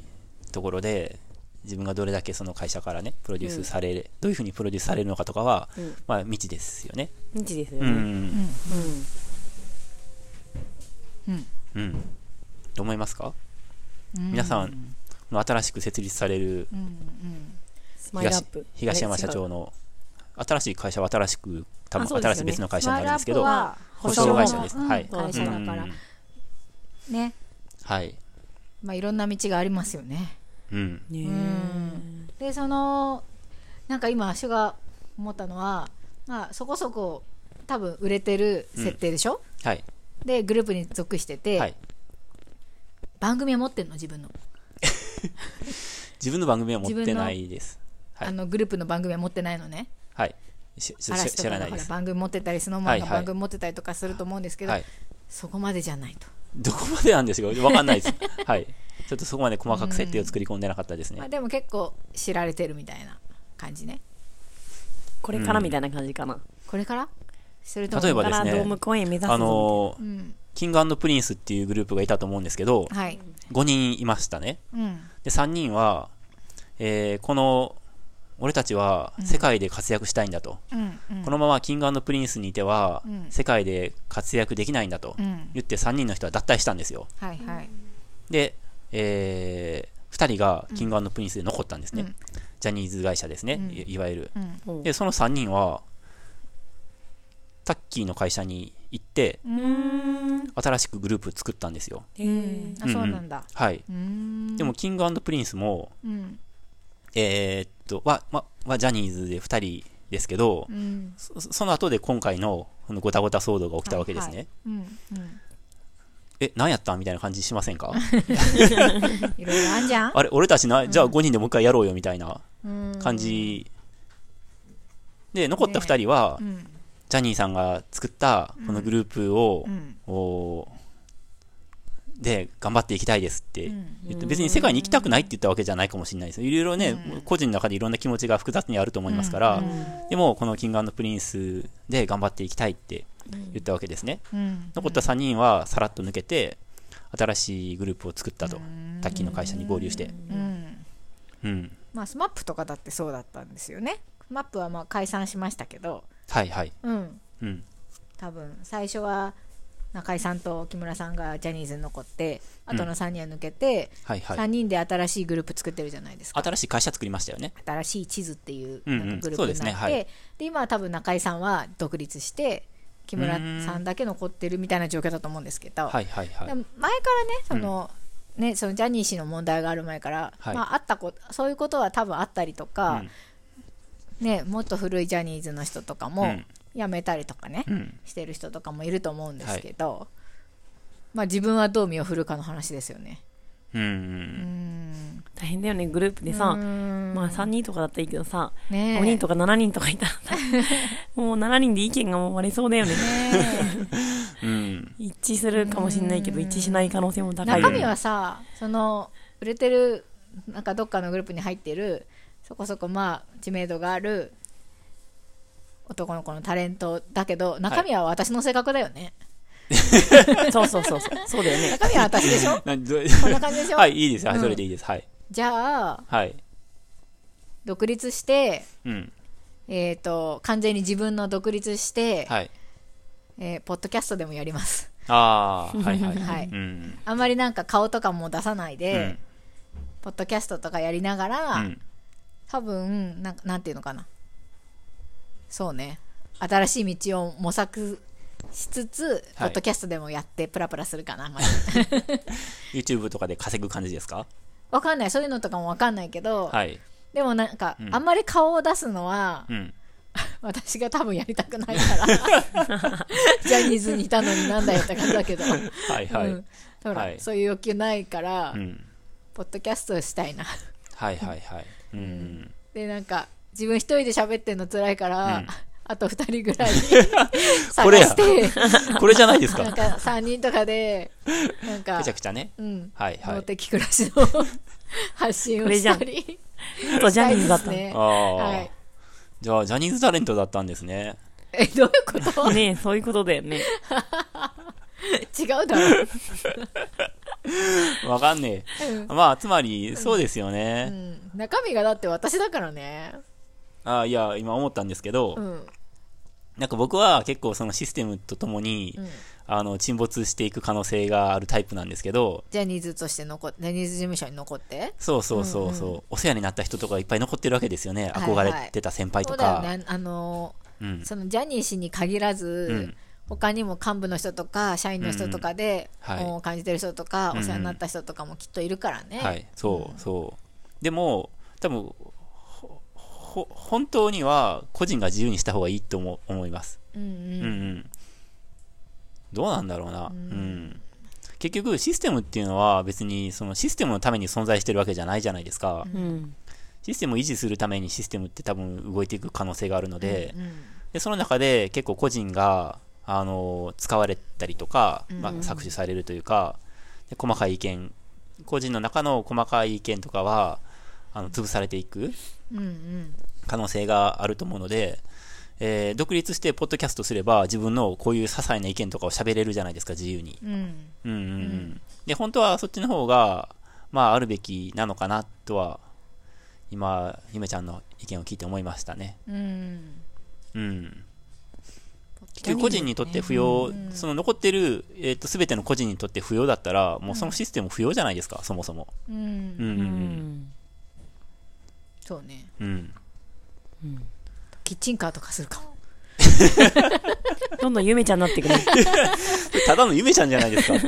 Speaker 3: ところで自分がどれだけその会社からねプロデュースされ、どういうふうにプロデュースされるのかとかは、
Speaker 1: うん
Speaker 3: まあ未知ですよね。
Speaker 1: 未知ですよ
Speaker 3: う
Speaker 1: ね。
Speaker 3: ん
Speaker 1: うん
Speaker 2: うん
Speaker 3: うん、どう思いますか
Speaker 2: うん
Speaker 3: 皆さん、新しく設立される
Speaker 2: うんうん
Speaker 1: スマイルアッ
Speaker 3: 東
Speaker 1: プ
Speaker 3: 東山社長の新しい会社は新しく多
Speaker 1: あそ
Speaker 3: 分
Speaker 1: うですよね
Speaker 3: 新しい別の会社になるんですけど、
Speaker 2: スマイルアッ
Speaker 1: 保
Speaker 3: 保
Speaker 1: 証
Speaker 3: 証
Speaker 1: 会
Speaker 3: 会
Speaker 1: 社
Speaker 3: 社
Speaker 1: で
Speaker 3: ですす。
Speaker 2: うん
Speaker 3: はい。
Speaker 2: 会
Speaker 1: 社だ
Speaker 2: から
Speaker 3: うんうんうん
Speaker 2: プね
Speaker 3: はい。
Speaker 2: まあいろんな道がありますよね
Speaker 3: うん。
Speaker 1: ねえ
Speaker 2: うんでそのなんか今主が思ったのは、まあ、そこそこ多分売れてる設定でしょ、
Speaker 3: はい。
Speaker 2: でグループに属してて、
Speaker 3: はい。
Speaker 2: 番組は持ってんの自分の、
Speaker 3: 自分の番組は持ってないです。は
Speaker 2: あ
Speaker 3: い。
Speaker 2: のグループの番組は持ってないのね
Speaker 3: はい。ししし
Speaker 2: 嵐と
Speaker 3: 知ら
Speaker 2: か
Speaker 3: な
Speaker 2: の
Speaker 3: い
Speaker 2: ほ
Speaker 3: で
Speaker 2: ら
Speaker 3: す。
Speaker 2: 番組持ってたりスノーマンの番組持ってたりとかすると思うんですけど、
Speaker 3: はい。
Speaker 2: そこまでじゃないと、
Speaker 3: どこまでなんですか <laughs> わかんないです。はい。ちょっとそこまで細かく設定を作り込んでなかったです
Speaker 2: まあ、
Speaker 3: ね。
Speaker 2: でも結構知られてるみたいな感じね
Speaker 1: これからみたいな感じかな。
Speaker 2: これからそれとも
Speaker 3: 例え
Speaker 1: こ
Speaker 3: ば
Speaker 1: れ
Speaker 3: で
Speaker 1: か
Speaker 3: す
Speaker 1: ら
Speaker 3: ね
Speaker 1: ドーム公演目指すぞ
Speaker 3: あの
Speaker 2: う
Speaker 3: ー、
Speaker 2: ん
Speaker 3: キングプリンスっていうグループがいたと思うんですけど、
Speaker 2: はい
Speaker 3: 5人いましたね。
Speaker 2: うん
Speaker 3: で、3人は、えーこの、俺たちは世界で活躍したいんだと。
Speaker 2: うんうん
Speaker 3: このままキングプリンスにいては
Speaker 2: うん
Speaker 3: 世界で活躍できないんだと
Speaker 2: うん
Speaker 3: 言って3人の人は脱退したんですよ
Speaker 2: はいはい、
Speaker 3: で、え2人がキングプリンスで残ったんですね、
Speaker 2: うん
Speaker 3: ジャニーズ会社ですね、
Speaker 2: うん
Speaker 3: いいわゆる
Speaker 2: うん
Speaker 1: うん
Speaker 3: でその3人はタッキーの会社に行って
Speaker 1: うーん
Speaker 3: 新しくグループ作ったんですよ。
Speaker 1: うん
Speaker 2: あそうなんだ
Speaker 3: はい。
Speaker 2: うーん
Speaker 3: でも、キングプリンスも、
Speaker 2: うん
Speaker 3: えーっと、は、ま、はジャニーズで2人ですけど
Speaker 2: う、ん
Speaker 3: そその後で今回の、このゴタゴタ騒動が起きたわけですね。
Speaker 2: うんうん
Speaker 3: え、何やったんみたいな感じしませんか
Speaker 2: いろいろあん
Speaker 3: <laughs>
Speaker 2: じゃん
Speaker 3: あれ、俺たちな、じゃあ5人でもう一回やろうよ、みたいな
Speaker 2: うん
Speaker 3: 感じ。で、残った2人は
Speaker 2: う、ん
Speaker 3: ジャニーさんが作ったこのグループを
Speaker 2: う、ん
Speaker 3: おーで、頑張っていきたいですって
Speaker 2: うん
Speaker 3: 言って、別に世界に行きたくないって言ったわけじゃないかもしれないですよ。いろいろね、個人の中でいろんな気持ちが複雑にあると思いますから、でも、このキングプリンスで頑張っていきたいって言ったわけですね。
Speaker 2: うん
Speaker 3: 残った3人はさらっと抜けて、新しいグループを作ったと。タッキーの会社に合流して。
Speaker 2: うん
Speaker 3: うん。
Speaker 2: まあスマップとかだってそうだったんですよねスマップはまあ解散しましたけど
Speaker 3: はいはい。
Speaker 2: うん
Speaker 3: うん。
Speaker 2: 多分最初は中居さんと木村さんがジャニーズに残ってあとの3人は抜けて、
Speaker 3: はい
Speaker 2: 三
Speaker 3: は
Speaker 2: 3
Speaker 3: い。
Speaker 2: 人で新しいグループ作ってるじゃないですか
Speaker 3: 新しい会社作りましたよね。
Speaker 2: 新しい地図っていう
Speaker 3: うんうん
Speaker 2: なんかグル
Speaker 3: そう
Speaker 2: ープ
Speaker 3: で
Speaker 2: に
Speaker 3: す
Speaker 2: な
Speaker 3: ね
Speaker 2: って、
Speaker 3: はい
Speaker 2: で今は多分中居さんは独立して木村さんだけ残ってるみたいな状況だと思うんですけど、
Speaker 3: はいはいは
Speaker 2: で
Speaker 3: い。
Speaker 2: も前からねその、ねそのジャニー氏の問題がある前から、
Speaker 3: はい
Speaker 2: まあ、あったこそういうことは多分あったりとか、ね、もっと古いジャニーズの人とか
Speaker 3: う
Speaker 2: も
Speaker 3: ん
Speaker 2: 辞めたりとかね、
Speaker 3: うん。
Speaker 2: してる人とかもいると思うんですけど、まあ自分はどう身を振るかの話ですよね。
Speaker 3: うん。う
Speaker 2: うんん
Speaker 1: 大変だよね、グループでさ、
Speaker 2: うん
Speaker 1: まあ3人とかだったらいいけどさ、
Speaker 2: ねえ
Speaker 1: 5人とか7人とかい
Speaker 2: <laughs>
Speaker 1: たらさ、もう7人で意見がもう割れそうだよね。
Speaker 2: ね
Speaker 3: うん。
Speaker 1: 一致するかもしれないけど、一致しない可能性も
Speaker 2: え
Speaker 1: 高いよ
Speaker 2: 中
Speaker 1: ね。
Speaker 2: 身はさその売れてるなんかどっかのグループに入ってるそこそこまあ知名度がある男の子のタレントだけど中身は私の性格だよね、
Speaker 1: そうそうそうそう。そうだよ
Speaker 2: <laughs>
Speaker 1: ね。
Speaker 2: 中身は私でしょ
Speaker 3: なんどう
Speaker 2: こんな感じでしょ、
Speaker 3: はい、いいです。はい、
Speaker 2: うん
Speaker 3: それでいいです。はい。
Speaker 2: じゃあ
Speaker 3: はい。
Speaker 2: 独立して
Speaker 3: うん。
Speaker 2: えっ、と完全に自分の独立して、
Speaker 3: はい。
Speaker 2: えーポッドキャストでもやります
Speaker 3: ああ、はいはい。
Speaker 2: はい
Speaker 3: うん。
Speaker 2: あんまりなんか顔とかも出さないで、
Speaker 3: う
Speaker 2: ポッドキャストとかやりながら、
Speaker 3: んうん。
Speaker 2: 多分なんかなんていうのかなそうね新しい道を模索しつつ、ポッドキャストでもやってプラプラするかな、まあ
Speaker 3: YouTube とかで稼ぐ感じですか
Speaker 2: <laughs> わかんないそういうのとかもわかんないけど、
Speaker 3: はい。
Speaker 2: でもなんか、
Speaker 3: ん
Speaker 2: あんまり顔を出すのは、
Speaker 3: うん。
Speaker 2: 私が多分やりたくないから <laughs> ジャニーズにいたのになんだよって感じだけど、。
Speaker 3: <laughs> はいはいう
Speaker 2: んほら
Speaker 3: はい
Speaker 2: そういう欲求ないから、
Speaker 3: うん。
Speaker 2: ポッドキャストしたいな
Speaker 3: はいはいはい。うん。
Speaker 2: でなんか自分一人で喋ってんの辛いから、
Speaker 3: うん
Speaker 2: あと二人ぐ
Speaker 3: <laughs>
Speaker 2: らい
Speaker 3: これ
Speaker 2: 探
Speaker 3: や
Speaker 2: して
Speaker 3: これじゃないですか
Speaker 2: なん。か3人とかでなんか
Speaker 3: くちゃくちゃね。
Speaker 2: うん
Speaker 3: はいは
Speaker 2: 能
Speaker 3: い。
Speaker 2: 的暮らし
Speaker 3: <laughs>
Speaker 2: の発信をしたり
Speaker 1: あとジャニーズだった
Speaker 2: したい
Speaker 1: の。
Speaker 2: ですね
Speaker 3: あ
Speaker 2: は
Speaker 3: あ
Speaker 2: い。
Speaker 3: じゃあ、ジャニーズタレントだったんですね。
Speaker 2: えどういうこと
Speaker 1: ねえ、そういうことだよね。
Speaker 2: 違うだろう、
Speaker 3: わかんねえ。まあ、つまり、そうですよね
Speaker 2: う。ん、中身がだって私だからね
Speaker 3: ああ、いや、今思ったんですけど、
Speaker 2: うん
Speaker 3: なんか僕は結構そのシステムとともに、
Speaker 2: うん
Speaker 3: あの、沈没していく可能性があるタイプなんですけど、
Speaker 2: ジャニーズとして残っジャニーズ事務所に残って
Speaker 3: そうそうそうそう、お世話になった人とかいっぱい残ってるわけですよね。憧れてた先輩
Speaker 2: そう
Speaker 3: と
Speaker 2: だ
Speaker 3: か。
Speaker 2: よねあの
Speaker 3: うん。
Speaker 2: そのジャニー氏に限らず、
Speaker 3: うん
Speaker 2: 他にも幹部の人とか社員の人とかで、
Speaker 3: うんうんはい
Speaker 2: 恩を感じてる人とか、
Speaker 3: うんう
Speaker 2: お
Speaker 3: ん
Speaker 2: 世話になった人とかもきっといるからね、
Speaker 3: はい、そうそう。でも、多分ほほ本当には個人が自由にした方がいいと思思います。
Speaker 2: うんう
Speaker 3: うん
Speaker 2: ん
Speaker 3: うん。どうなんだろうな。うん。結局、システムっていうのは別にそのシステムのために存在してるわけじゃないじゃないですか。
Speaker 1: うん。
Speaker 3: システムを維持するためにシステムって多分動いていく可能性があるので、
Speaker 2: うん
Speaker 3: でその中で結構個人が、あの使われたりとか、まあ、搾取されるというかで細かい意見個人の中の細かい意見とかはあの潰されていく
Speaker 2: うんうん
Speaker 3: 可能性があると思うので、えー独立してポッドキャストすれば自分のこういう些細な意見とかを喋れるじゃないですか自由に。
Speaker 2: うん
Speaker 3: うんうんうん、で本当はそっちの方が、まあ、あるべきなのかなとは今ゆめちゃんの意見を聞いて思いましたね。
Speaker 2: うん
Speaker 3: うん結局個人にとって不要、その残ってる、えっと全ての個人にとって不要だったら、もうそのシステム不要じゃないですか、そもそも。
Speaker 2: うん、うん
Speaker 3: うんう
Speaker 1: うんん。
Speaker 2: そうね
Speaker 3: うん。うん、
Speaker 2: キッチンカーとかするかも
Speaker 1: どんどんゆめちゃんになってくる。
Speaker 3: ただのゆめちゃんじゃないですか。
Speaker 2: い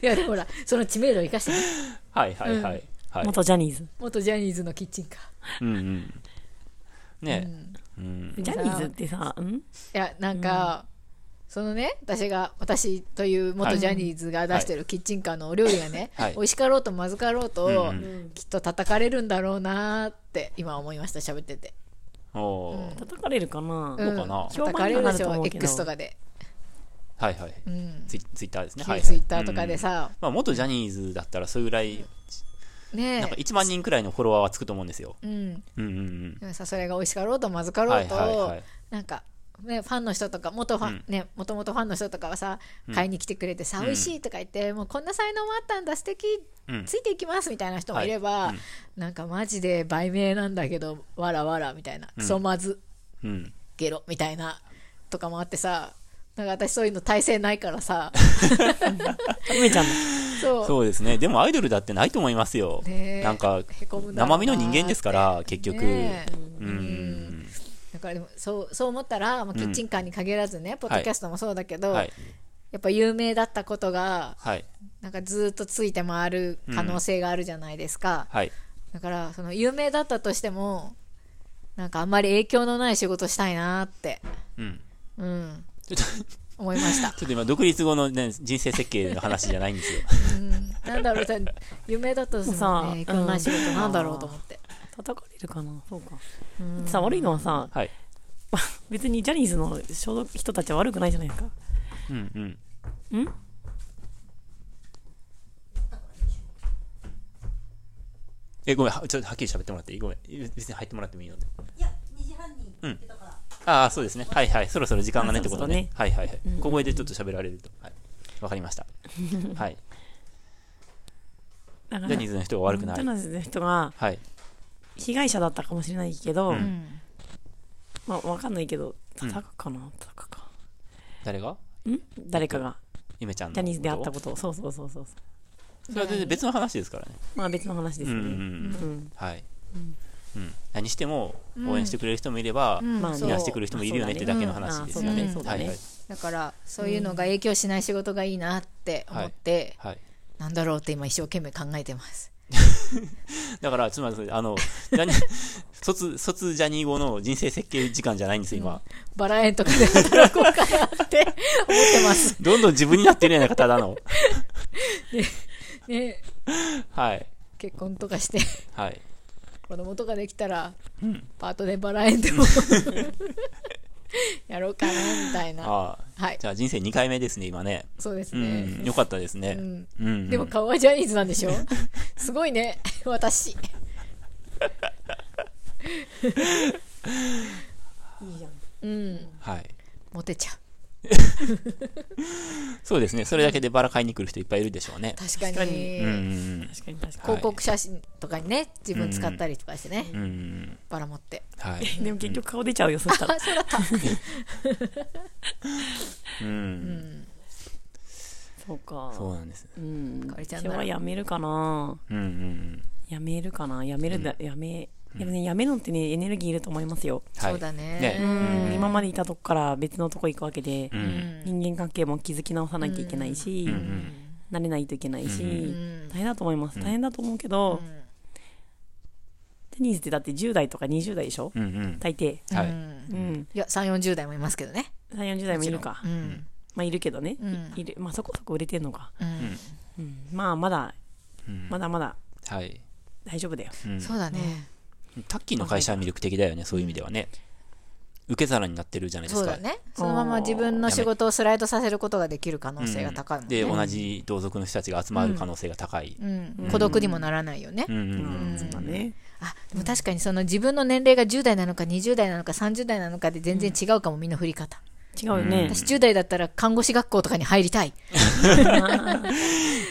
Speaker 2: やでもほらその知名度を生かしてね
Speaker 3: はいはいはい。はい。
Speaker 1: 元ジャニーズ。
Speaker 2: 元ジャニーズのキッチンカ
Speaker 3: うんうん。ねえ。うん。
Speaker 1: ジャニーズってさ、うん
Speaker 2: ーいやなんか、そのね私が私という元ジャニーズが出してるキッチンカーのお料理がね、
Speaker 3: はい
Speaker 2: 美味しかろうとまずかろうと、
Speaker 3: うんう
Speaker 2: きっと叩かれるんだろうなーって今思いました喋ってて、
Speaker 3: おー。
Speaker 1: 叩かれるかな、
Speaker 2: うん、
Speaker 3: かな
Speaker 2: 叩かれる
Speaker 1: 評判にはな
Speaker 2: でし
Speaker 1: ると思
Speaker 2: ょ
Speaker 1: うけど
Speaker 2: X とかで、
Speaker 3: はいはい。
Speaker 2: うん、
Speaker 3: ツイツイッターですね。は
Speaker 2: 旧
Speaker 3: いはい。
Speaker 2: ツイッターとかで
Speaker 3: うん。
Speaker 2: さ、
Speaker 3: まあ、元ジャニーズだったら、それぐらい、
Speaker 2: ねえ
Speaker 3: なんか1万人くらいのフォロワーはつくと思うんですよ。
Speaker 2: うん、
Speaker 3: うんうんうん。
Speaker 2: でもさそれが美味しかろうとまずか
Speaker 3: は
Speaker 2: ろう
Speaker 3: い
Speaker 2: と、
Speaker 3: はいはい。
Speaker 2: なんか、ね、ファンの人とか元ファン、
Speaker 3: う
Speaker 2: ね元々ファンの人とかはさ買いに来てくれてさ、
Speaker 3: うん
Speaker 2: 美味しいとか言ってもうこんな才能もあったんだ素敵
Speaker 3: うん
Speaker 2: ついていきますみたいな人もいれば、
Speaker 3: はいうん
Speaker 2: なんかマジで売名なんだけどわらわらみたいなクソまず
Speaker 3: うん。
Speaker 2: ゲロみたいなとかもあってさなんか私そういうの耐性ないから
Speaker 3: <laughs>
Speaker 2: さ
Speaker 1: ゆめちゃんの。
Speaker 2: そう
Speaker 3: そうですね。でもアイドルだってないと思いますよ。
Speaker 2: ねえ
Speaker 3: なんか
Speaker 2: へこむ、だろうな
Speaker 3: 生身の人間ですから、結局。
Speaker 2: ねえ
Speaker 3: うん。
Speaker 2: だからでもそうそう思ったら、まあ、キッチンカーに限らずね、ポッドキャストもそうだけど、
Speaker 3: はい。
Speaker 2: やっぱ有名だったことが
Speaker 3: はい。
Speaker 2: なんかずっとついて回る可能性があるじゃないですか、
Speaker 3: はい。
Speaker 2: だからその有名だったとしてもなんかあんまり影響のない仕事したいなって、
Speaker 3: うん。
Speaker 2: うん、
Speaker 3: ちょっと、
Speaker 2: 思いました
Speaker 3: ちょっと今、独立後のね、人生設計の話じゃない
Speaker 2: <laughs>
Speaker 3: んですよ。
Speaker 2: なんだろうさ有名だったとしても、ね、影響のない仕事なんだろうと思って、
Speaker 1: 叩かれるかなそうか。さ、悪いのはさ、
Speaker 3: はい。
Speaker 1: 別にジャニーズの所属人たちは悪くないじゃないですか。
Speaker 3: うんうん。え、ごめん、はちょっとはっきり喋ってもらっていいごめん。別に入ってもらってもいいので。
Speaker 4: いや、2時半に言ってたから。
Speaker 3: ああ、そうですね。はいはい。そろそろ時間がね
Speaker 1: あ
Speaker 3: ってこと
Speaker 1: そうそう
Speaker 3: ね
Speaker 1: ね。
Speaker 3: はいはいはい。小声でちょっと喋られると。はい。わかり
Speaker 1: <laughs>
Speaker 3: ました。はい。
Speaker 1: だから
Speaker 3: ジャニーズの人が悪くな
Speaker 1: ジャ
Speaker 3: い。
Speaker 1: ニーズの人が
Speaker 3: はい。
Speaker 1: 被害者だったかもしれないけど、
Speaker 3: うん
Speaker 2: うん
Speaker 1: まあわかんないけど、
Speaker 3: うん
Speaker 1: 叩くかな叩くか。
Speaker 3: 誰が
Speaker 1: ん誰かが
Speaker 3: ゆめちゃんの。
Speaker 1: ジャニーズであったこと。そうそうそうそう。
Speaker 3: と。それは全然別の話ですからね。
Speaker 1: まあ別の話で
Speaker 3: うん
Speaker 1: す
Speaker 3: う
Speaker 1: よ
Speaker 3: んう
Speaker 1: ね。
Speaker 3: ん。
Speaker 1: うん。
Speaker 3: はい。うん。何しても応援してくれる人もいれば、
Speaker 2: うん
Speaker 1: まあ
Speaker 2: そう
Speaker 3: 避難してくる人もいるよねってだけの話ですよね。
Speaker 1: そう
Speaker 3: は
Speaker 1: だ
Speaker 3: い
Speaker 1: ね
Speaker 3: はい。
Speaker 2: だからそういうのが影響しない仕事がいいなって思って、
Speaker 3: はい。
Speaker 2: なんだろうって今一生懸命考えてます
Speaker 3: だから、つまり、あの、ジャニ <laughs> 卒、卒ジャニー後の人生設計時間じゃないんですよ、今。
Speaker 2: バラ園とかで働こうかなって思ってます
Speaker 3: どんどん自分になってるやないか、ただの。
Speaker 2: ね
Speaker 3: はい。
Speaker 2: 結婚とかして
Speaker 3: はい。
Speaker 2: 子供とかできたら、
Speaker 3: ん
Speaker 2: パートでバラ園でもやろうかなみたいな
Speaker 3: ああ。
Speaker 2: はい
Speaker 3: じゃあ、人生2回目ですね、今ね。
Speaker 2: そうです
Speaker 3: うん
Speaker 2: ね、
Speaker 3: うん。よかったですね。
Speaker 2: うん
Speaker 3: うんうん。
Speaker 2: でも顔はジャニーズなんでしょすごいね私
Speaker 1: いいじゃん。
Speaker 2: うん
Speaker 3: はい。
Speaker 2: モテちゃう
Speaker 3: そうですね。それだけでバラ買いに来る人いっぱいいるでしょうね。
Speaker 2: 確かに
Speaker 1: 確かに
Speaker 3: うんうん
Speaker 1: 確かに確か
Speaker 2: 広告写真とかにね自分使ったりとかしてね、
Speaker 3: うん。うんうん。
Speaker 2: バラ持って
Speaker 3: はい。
Speaker 1: に。でも結局顔出ちゃうよ、そした <laughs> ら。
Speaker 2: あそうだった
Speaker 3: うん。
Speaker 1: そうか。
Speaker 3: そうなんです。
Speaker 1: うん。
Speaker 2: かおりちゃん
Speaker 1: 私
Speaker 2: なら
Speaker 1: はやめるかな
Speaker 3: うんうんうん。
Speaker 1: やめるかなやめるだ、やめ。でもね、やめるのってね、エネルギーいると思いますよ。
Speaker 3: はい。
Speaker 2: そうだね
Speaker 3: ね。
Speaker 1: うん今までいたとこから別のとこ行くわけで、
Speaker 3: う。
Speaker 2: うんん
Speaker 1: 人間関係も築き直さなきゃいけないし、
Speaker 3: うんうん。
Speaker 1: 慣れないといけないし、
Speaker 2: うん
Speaker 1: 大変だと思います。大変だと思うけど、ジャニーズってだって10代とか20代でしょ
Speaker 3: うんうん。
Speaker 1: 大抵。
Speaker 3: は
Speaker 2: う
Speaker 3: い。
Speaker 2: ん
Speaker 1: うん。
Speaker 2: いや3 4 0代もいますけどね
Speaker 1: 3、40代もいるか。
Speaker 2: うん
Speaker 1: まあいるけどね。
Speaker 2: うん
Speaker 1: いいる。まあそこそこ売れてんのか。
Speaker 2: うん、
Speaker 1: うん。まあまだ、
Speaker 3: うん
Speaker 1: まだまだ
Speaker 3: はい。
Speaker 1: 大丈夫だよ。
Speaker 3: うん
Speaker 2: そうだね、
Speaker 3: タッキーの会社は魅力的だよね、そういう意味ではね。受け皿になってるじゃないで
Speaker 2: そ
Speaker 3: す
Speaker 2: う
Speaker 3: か。
Speaker 2: だねそのまま自分の仕事をスライドさせることができる可能性が高いもんね、
Speaker 3: で、同じ同族の人たちが集まる可能性が高い。
Speaker 2: うん、孤独にもならないよね、
Speaker 3: うんう
Speaker 1: うんん。そうだね。
Speaker 2: あでも確かにその自分の年齢が10代なのか20代なのか30代なのかで全然違うかもみんな振り方、
Speaker 1: 違うよね。
Speaker 2: 私10代だったら看護師学校とかに入りたい
Speaker 3: 第二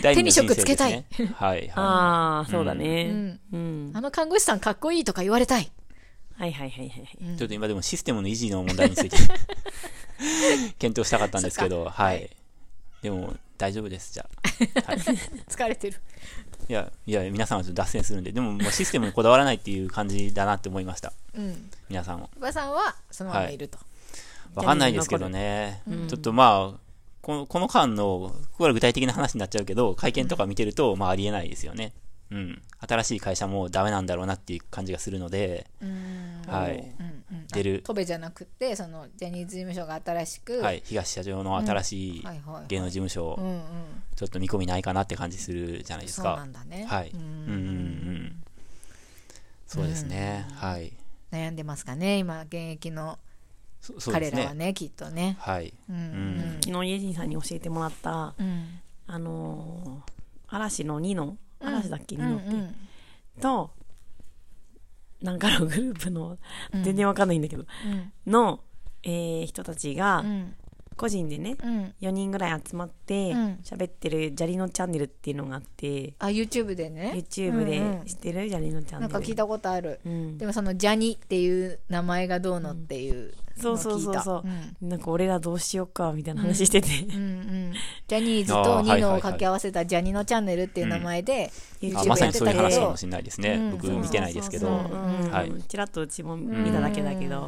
Speaker 2: 手
Speaker 3: の
Speaker 2: に
Speaker 3: 人生
Speaker 2: 職つけたい
Speaker 3: ですねはいは
Speaker 1: ああ、そうだね。うん。
Speaker 2: あの看護師さんかっこいいとか言われたい
Speaker 1: はいはいはいはいはい。
Speaker 3: い。ちょっと今でもシステムの維持の問題
Speaker 2: <laughs>
Speaker 3: について検討したかったんですけど、はい。でも、大丈夫です、じゃあ。はい、い
Speaker 2: <laughs> 疲れてる
Speaker 3: や、いや、皆さんはちょっと脱線するんで、でも、もうシステムにこだわらないっていう感じだなって思いました。
Speaker 2: うん
Speaker 3: 皆さんは。
Speaker 2: おばさんはそのままいると、
Speaker 3: わかんないですけどね、ちょっとまあ、このこの間の、ここから具体的な話になっちゃうけど、会見とか見てると、まあありえないですよね。うん。新しい会社もダメなんだろうなっていう感じがするので、はい。
Speaker 2: うんうん
Speaker 3: 出る
Speaker 2: 戸部じゃなくてそのジャニーズ事務所が新しく、
Speaker 3: はい、東社長の新しい
Speaker 2: はいはいはい
Speaker 3: 芸能事務所、
Speaker 2: うんうん、
Speaker 3: ちょっと見込みないかなって感じするじゃないです
Speaker 2: そう
Speaker 3: か。
Speaker 2: なんだね、
Speaker 3: はい。う
Speaker 2: うん
Speaker 3: う
Speaker 2: ん
Speaker 3: んうんうん。そうですね。はい。
Speaker 2: 悩んでますかね今現役の
Speaker 3: そそう
Speaker 2: 彼
Speaker 3: です
Speaker 2: らは
Speaker 3: ね。
Speaker 2: ねきっとね、
Speaker 3: はい。
Speaker 2: うん
Speaker 3: ん
Speaker 1: 昨日イエジンさんに教えてもらった、
Speaker 2: うんうん、
Speaker 1: あのー嵐のニノ、嵐だっけ、ニノって、
Speaker 2: うんうん
Speaker 1: と、なんかのグループの、全然わかんないんだけど、
Speaker 2: うん
Speaker 1: の、えー人たちが
Speaker 2: う、ん
Speaker 1: 個人でね、
Speaker 2: うん
Speaker 1: 4人ぐらい集まって
Speaker 2: うん、
Speaker 1: 喋ってるジャリのチャンネルっていうのがあって、
Speaker 2: あ YouTube でね
Speaker 1: YouTube
Speaker 2: うんうん
Speaker 1: で知ってるジャリのチャンネ
Speaker 2: な
Speaker 1: ル。
Speaker 2: んか聞いたことある、
Speaker 1: うん
Speaker 2: でもそのジャニっていう名前がどうのっていうの
Speaker 1: そ
Speaker 2: を
Speaker 1: う
Speaker 2: 聞いた、
Speaker 1: そうそうそう、
Speaker 2: ん
Speaker 1: なんか俺らどうしようかみたいな話してて、
Speaker 2: うんうん、ジャニーズ
Speaker 3: あー
Speaker 2: と
Speaker 3: はいは
Speaker 2: ニ
Speaker 3: いはい
Speaker 2: ノを掛け合わせたジャニのチャンネルっていう名前で
Speaker 1: うん
Speaker 3: あ
Speaker 2: YouTube
Speaker 3: まさ
Speaker 2: やって
Speaker 3: にそうい
Speaker 2: た
Speaker 3: う
Speaker 2: け
Speaker 3: 話か
Speaker 2: ど
Speaker 3: もしれないですね。
Speaker 2: うん
Speaker 3: 僕見てないですけど。
Speaker 1: そううそうそううん
Speaker 3: はい
Speaker 1: ちらっとうちも見ただけだけど、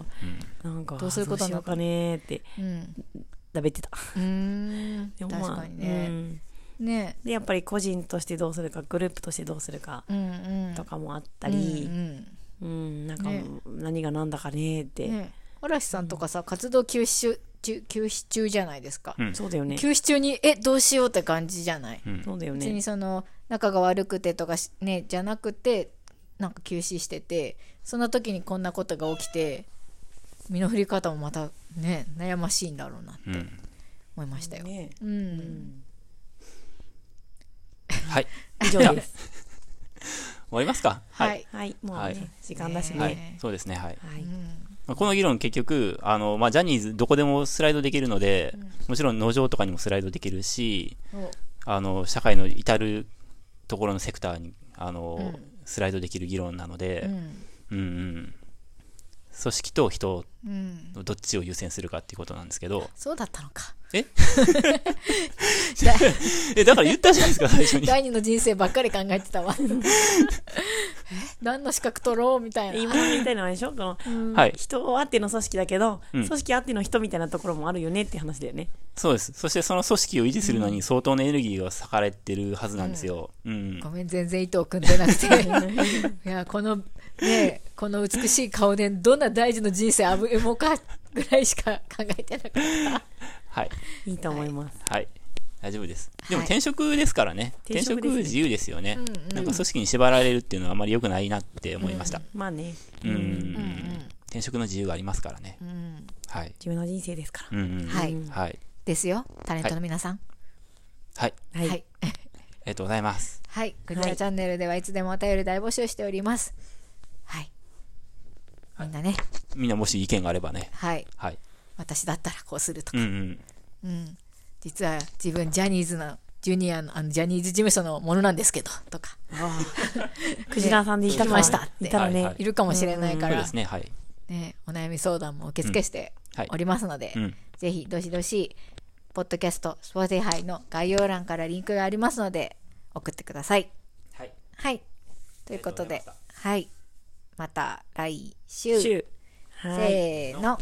Speaker 3: ん
Speaker 1: なんか
Speaker 2: どうすること
Speaker 1: どうし
Speaker 2: にな
Speaker 1: よ
Speaker 2: っ
Speaker 1: う
Speaker 2: た
Speaker 1: かねーって
Speaker 2: うん
Speaker 1: だべってた
Speaker 2: うーん
Speaker 1: でもまあ
Speaker 2: 確かに
Speaker 1: う
Speaker 2: ね、
Speaker 1: ん
Speaker 2: ね
Speaker 1: でやっぱり個人としてどうするかグループとしてどうするか
Speaker 2: うんうん
Speaker 1: とかもあった
Speaker 2: う
Speaker 1: り
Speaker 2: ん
Speaker 1: う
Speaker 2: うん
Speaker 1: ん、なんか
Speaker 2: ね
Speaker 1: 何が何だかねーって、
Speaker 2: ね、嵐さんとかさ活動休止中休止中じゃないですか、
Speaker 3: うん
Speaker 1: そうだよね
Speaker 2: 休止中にえどうしようって感じじゃない、
Speaker 3: うん
Speaker 1: そうだよ
Speaker 2: 別
Speaker 1: ね
Speaker 2: にその仲が悪くてとかしねじゃなくてなんか休止しててそんな時にこんなことが起きて身の振り方もまたね悩ましいんだろうなって
Speaker 3: うん
Speaker 2: 思いましたよ、
Speaker 1: ね
Speaker 2: うん
Speaker 3: はい。
Speaker 1: 以上です
Speaker 3: 終わりますか
Speaker 2: は
Speaker 3: はい。
Speaker 2: い、
Speaker 1: はいもうね、
Speaker 3: はい
Speaker 1: 時間だしね
Speaker 3: はい
Speaker 2: ね。
Speaker 3: そうですね。は
Speaker 1: は
Speaker 3: い。
Speaker 2: う
Speaker 1: い
Speaker 2: ん
Speaker 3: まあこの議論結局、あの、まあ、ジャニーズどこでもスライドできるので、もちろん農場とかにもスライドできるし、
Speaker 2: お
Speaker 3: あの、社会の至るところのセクターに、あの、スライドできる議論なの
Speaker 2: う
Speaker 3: で、
Speaker 2: ん
Speaker 3: うんうん。組織と人
Speaker 2: うん、
Speaker 3: のどっちを優先するかっていうことなんですけど、
Speaker 2: そうだったのか
Speaker 3: <laughs> え、だから言ったじゃないですか、最初に。
Speaker 2: 第二の人生ばっかり考えてたわ <laughs> え何の資格取ろうみたいな
Speaker 1: 今みたいなのあれでしょこの、
Speaker 3: はい。
Speaker 1: 人あっての組織だけど、
Speaker 3: うん
Speaker 1: 組織あっての人みたいなところもあるよねって話だよね。
Speaker 3: そうです。そしてその組織を維持するのに相当なエネルギーが割かれてるはずなんですよ。うん
Speaker 2: ご。めん全然糸を組んでなくて
Speaker 3: <laughs>
Speaker 2: いやこのねこの美しい顔でどんな大事の人生歩もうかぐらいしか考えてなかった
Speaker 3: はい。
Speaker 1: いいと思います。
Speaker 3: はい。大丈夫です。でも
Speaker 2: はい
Speaker 3: 転職ですからね。
Speaker 1: 転
Speaker 3: 転
Speaker 1: 職
Speaker 3: 職
Speaker 1: ですね
Speaker 3: 自由ですよね。
Speaker 2: んうん
Speaker 3: なんか組織に縛られるっていうのはあまり良くないなって思いました。
Speaker 1: まあね、
Speaker 3: うん。転職の自由がありますからね。
Speaker 2: うん
Speaker 3: はい。
Speaker 1: 自分の人生ですか
Speaker 3: うんうん。
Speaker 2: は
Speaker 1: う
Speaker 2: い
Speaker 1: ん
Speaker 3: はい。
Speaker 2: ですよタレントの皆さん
Speaker 3: はい。
Speaker 1: ら。
Speaker 2: は
Speaker 1: はいい。
Speaker 2: <laughs> はい、
Speaker 3: ありがとうございます。
Speaker 2: クジラチャンネルではいつでもお便り大募集しておりますはいみんなね
Speaker 3: みんなもし意見があればね。
Speaker 2: はい
Speaker 3: はい。
Speaker 2: 私だったらこうするとか
Speaker 3: うんうん。
Speaker 2: うん、実は自分ジャニーズのジュニアのあのジャニーズ事務所のものなんですけどとか
Speaker 1: クジラさんでいた
Speaker 2: 聞き
Speaker 1: ら、
Speaker 2: ましたって
Speaker 1: いたらね、
Speaker 3: はいはい
Speaker 2: いるかもしれないか
Speaker 3: そう
Speaker 2: ら、
Speaker 3: ですね。はい。
Speaker 2: ね、お悩み相談も受け付けして
Speaker 3: うんはい
Speaker 2: おりますので、
Speaker 3: うん
Speaker 2: ぜひどしどしポッドキャスト Spotify の概要欄からリンクがありますので送ってください。
Speaker 3: はい。
Speaker 2: はいということ
Speaker 3: あ
Speaker 2: で
Speaker 3: りがとうございま
Speaker 2: はいまた来週
Speaker 1: 週。はい。
Speaker 2: せーの